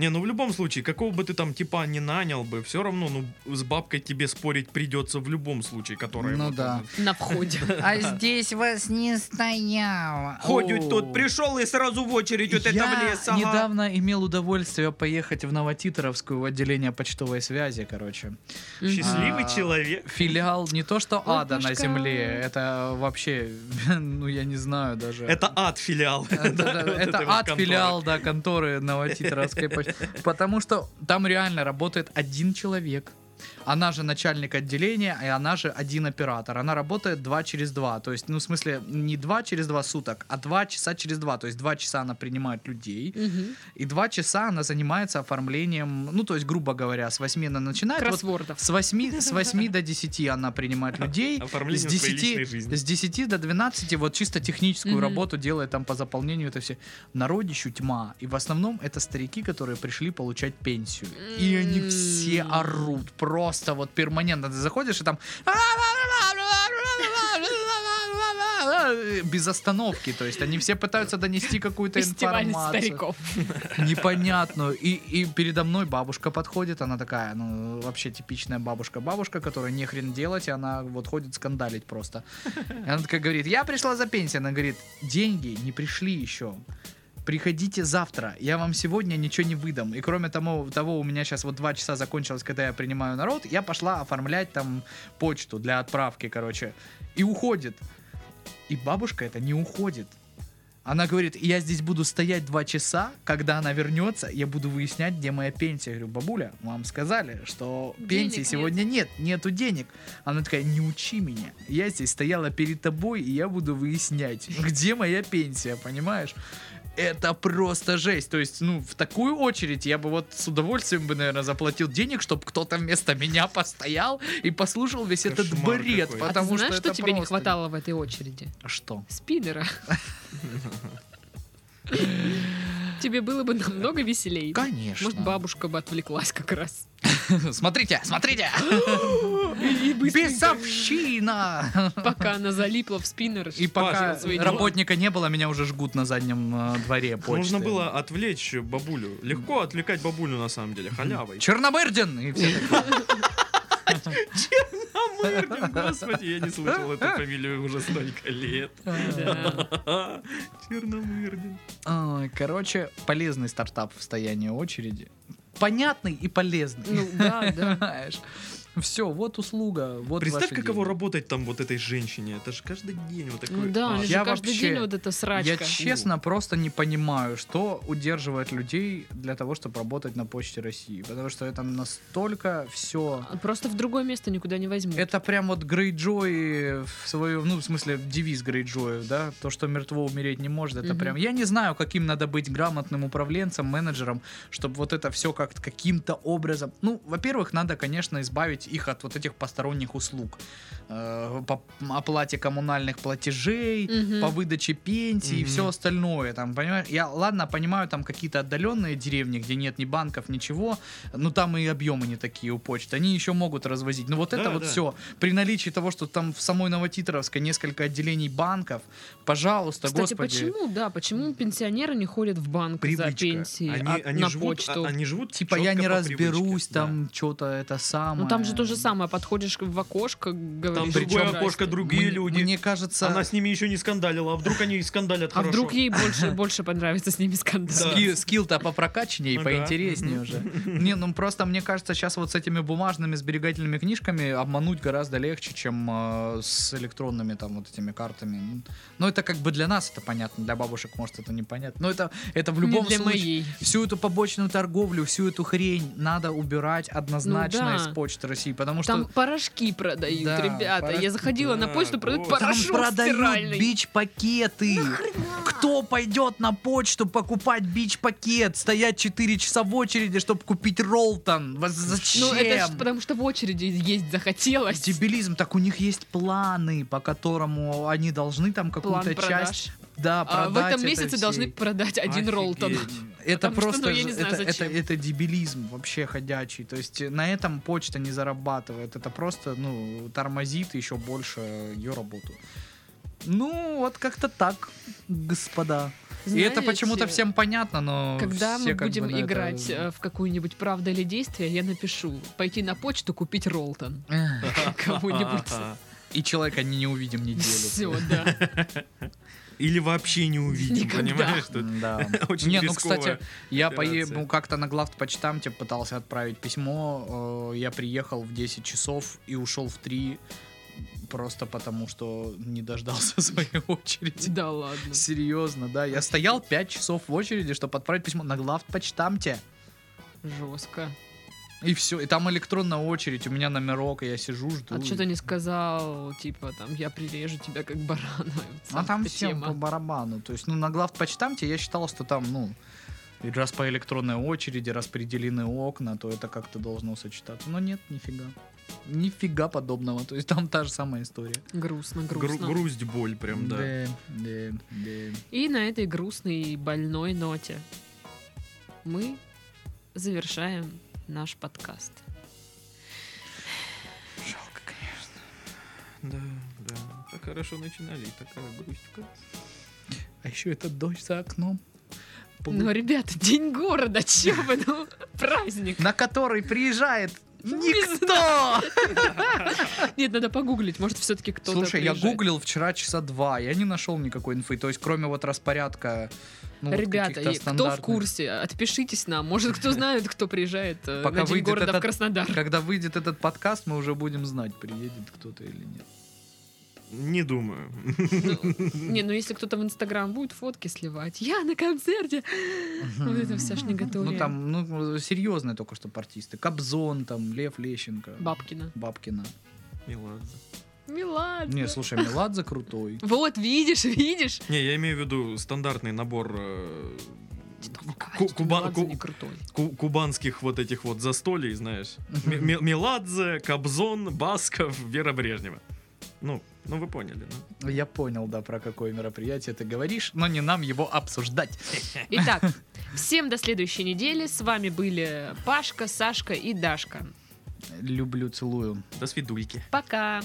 Не, ну в любом случае, какого бы ты там типа не нанял бы, все равно, ну, с бабкой тебе спорить придется в любом случае, которая... Ну вот, да. На входе. А здесь вас не стояло. Ходит О. тут, пришел и сразу в очередь вот это в Я лес. ага. недавно имел удовольствие поехать в Новотитровскую в отделение почтовой связи, короче. э, Счастливый А. человек. Филиал не то что Ой, ада на Пашка. земле, это вообще, ну я не знаю даже. Это ад филиал. Это- Да, это вот этой Э, это вот ад конторы. филиал, да, конторы Новотитровской почты. Потому что там реально работает один человек. Она же начальник отделения, и она же один оператор. Она работает 2 через 2. То есть, ну, в смысле, не 2 через 2 суток, а 2 часа через 2. То есть, 2 часа она принимает людей, Мгм. и 2 часа она занимается оформлением, ну, то есть, грубо говоря, с 8 она начинает. Вот Кроссвордов. с 8, с 8 до 10 она принимает людей. С А, Оформление своей личной 10, жизни. с 10 до 12 вот чисто техническую Мгм. работу делает там по заполнению это все. Народищу тьма. И в основном это старики, которые пришли получать пенсию. И они все М. орут. Просто вот перманентно. Ты заходишь и там... Без остановки. То есть они все пытаются донести какую-то Фестиваль информацию стариков. непонятную. И, и передо мной бабушка подходит, она такая, ну, вообще типичная бабушка-бабушка, которая не хрен делать, и она вот ходит скандалить просто. И она такая говорит, я пришла за пенсию. Она говорит, деньги не пришли еще. Приходите завтра, я вам сегодня ничего не выдам. И кроме того, того у меня сейчас вот два часа закончилось, когда я принимаю народ, я пошла оформлять там почту для отправки, короче. И уходит. И бабушка это не уходит. Она говорит, я здесь буду стоять два часа, когда она вернется, я буду выяснять, где моя пенсия. Я говорю, бабуля, вам сказали, что Денег пенсии нет». сегодня нет, нету денег. Она такая, не учи меня. Я здесь стояла перед тобой, и я буду выяснять, где моя пенсия, понимаешь? Это просто жесть. То есть, ну, в такую очередь я бы вот с удовольствием бы, наверное, заплатил денег, чтобы кто-то вместо меня постоял и послушал весь этот Кошмар бред. какой. А ты Потому знаешь, что, что это тебе не просто- хватало в этой очереди? Что? Спидера. Тебе было бы намного веселее. Конечно. Может, бабушка бы отвлеклась как раз. Смотрите, смотрите! И быстренько, Бесовщина! Пока она залипла в спиннер. И пока свои дела. работника не было, меня уже жгут на заднем э, дворе почты. Нужно было отвлечь бабулю. Легко отвлекать бабулю, на самом деле, халявой. Чернобырдин! И все такие. Черномырдин, А господи, я не слышал эту фамилию уже столько лет. Да. Черномырдин. Ой, Короче, полезный стартап в стоянии очереди. Понятный и полезный. Ну да, да. Все, вот услуга, вот Представь, ваши каково деньги. работать там вот этой женщине. Это же каждый день вот такой. Ну да, у них Я же каждый вообще- день вот эта Я срачка. честно просто не понимаю, что удерживает людей для того, чтобы работать на почте России. Потому что это настолько все. Просто в другое место никуда не возьму. Это прям вот Грейджой в свою, ну, в смысле, девиз Грейджоев, да? То, что мертво умереть не может, это Мгм. прям... Я не знаю, каким надо быть грамотным управленцем, менеджером, чтобы вот это все как-то каким-то образом... Ну, во-первых, надо, конечно, избавить их от вот этих посторонних услуг. Э, по оплате коммунальных платежей, Мгм. по выдаче пенсии и Мгм. все остальное. Там, понимаешь, я ладно, понимаю, там какие-то отдаленные деревни, где нет ни банков, ничего, но Ну, там и объемы не такие у почты. Они еще могут развозить. Но вот это Да, вот да. все. При наличии того, что там в самой Новотитровской несколько отделений банков, пожалуйста, Кстати, господи. почему, да, почему пенсионеры не ходят в банк за Привычка. пенсией, Они, а они на живут, почту? а- они живут Типа я чётко не по разберусь, привычке. Да. там что-то это самое. Ну там же то же самое, подходишь в окошко, говоришь... Причём- Там другое «Здрасте». окошко, другие Мне- люди. Мне кажется, Она с ними еще не скандалила, а вдруг они и скандалят А хорошо. вдруг ей больше, больше понравится с ними скандал? Да. Ски- Скилл-то попрокачаннее и Ага. поинтереснее уже. Не, ну просто мне кажется, сейчас вот с этими бумажными сберегательными книжками обмануть гораздо легче, чем э, с электронными там вот этими картами. Ну это как бы для нас это понятно, для бабушек может это непонятно. Но это, это в любом не для случае... моей. Всю эту побочную торговлю, всю эту хрень надо убирать однозначно Ну да. из почты России, потому что Там порошки продают, Да, ребята. порошки, Я заходила на да, почту, продают господи. Там порошок продают стиральный. бич-пакеты. Кто пойдет на почту покупать бич-пакет, стоять 4 часа в очереди, чтобы купить Ролтон? Вас- Зачем? Ну это ж потому что в очереди есть захотелось. Дебилизм, так у них есть планы, по которому они должны там План какую-то часть продаж. да, А продать. в этом это месяце всей. должны продать один Офигеть. Ролтон. Это Потому просто что, ну, я не ж- знаю, это, это, зачем. это дебилизм вообще ходячий. То есть э, на этом почта не зарабатывает. Это просто ну, тормозит еще больше ее работу. Ну, вот как-то так, господа. И это Знаете, почему-то всем понятно, но Когда все мы как бы будем на это- играть э, в какую-нибудь правду или действие, я напишу пойти на почту купить Ролтон Эх, э, кому-нибудь. И человека не, не увидим неделю. Все, да. Или вообще не увидим, Никогда. понимаешь? что это Да. Очень Не, ну, рисковая. кстати, я операция. поеду как-то на главт почтам, тебе пытался отправить письмо. э, Я приехал в 10 часов и ушел в 3 просто потому, что не дождался своей очереди. Да ладно. Серьезно, да. Я стоял 5 часов в очереди, чтобы отправить письмо на главт почтамте. Жестко. И все. И там электронная очередь, у меня номерок, и я сижу, жду. А что ты не сказал, типа, там, я прирежу тебя как барана. А там Эта всем тема. по барабану. То есть, ну, на главпочтамте я считал, что там, ну, и раз по электронной очереди распределены окна, то это как-то должно сочетаться. Но нет, нифига. Нифига подобного. То есть там та же самая история. Грустно, Гру- грустно. грусть, боль прям, да. да, да. И на этой грустной и больной ноте мы завершаем наш подкаст. Да, да. Так хорошо начинали, и такая грусть. в конце. А еще это дождь за окном. Пу- Ну, ребята, День города, че вы, ну, праздник. На который приезжает Ну, Не никто! Нет, надо погуглить, может, все-таки кто-то Слушай, я приезжает. гуглил вчера часа два, я не нашел никакой инфы. То есть, кроме вот распорядка, ну, вот Ребята, каких-то и кто в стандартных. курсе, отпишитесь нам. Может, кто знает, кто приезжает э, Пока на День выйдет города в этот- Краснодар. Когда выйдет этот подкаст, мы уже будем знать, приедет кто-то или нет. Не думаю. Ну, не, ну если кто-то в Инстаграм будет фотки сливать. Я на концерте. Вот это вся ж Ну неготовая. там, ну, серьезные только что артисты. Кобзон, там, Лев Лещенко. Бабкина. Бабкина. Меладзе. Милад. Не, слушай, Меладзе крутой. Вот, видишь, видишь. Не, я имею в виду стандартный набор э, Что вы говорите, Куба- Меладзе Ку- не крутой. ку- кубанских вот этих вот застолей, знаешь. М- М- Меладзе, Кобзон, Басков, Вера Брежнева. Ну, ну вы поняли, ну. Я понял, да, про какое мероприятие ты говоришь, но не нам его обсуждать. Э. Итак, всем до следующей недели. С вами были Пашка, Сашка и Дашка. Люблю, целую. До свидульки. Пока.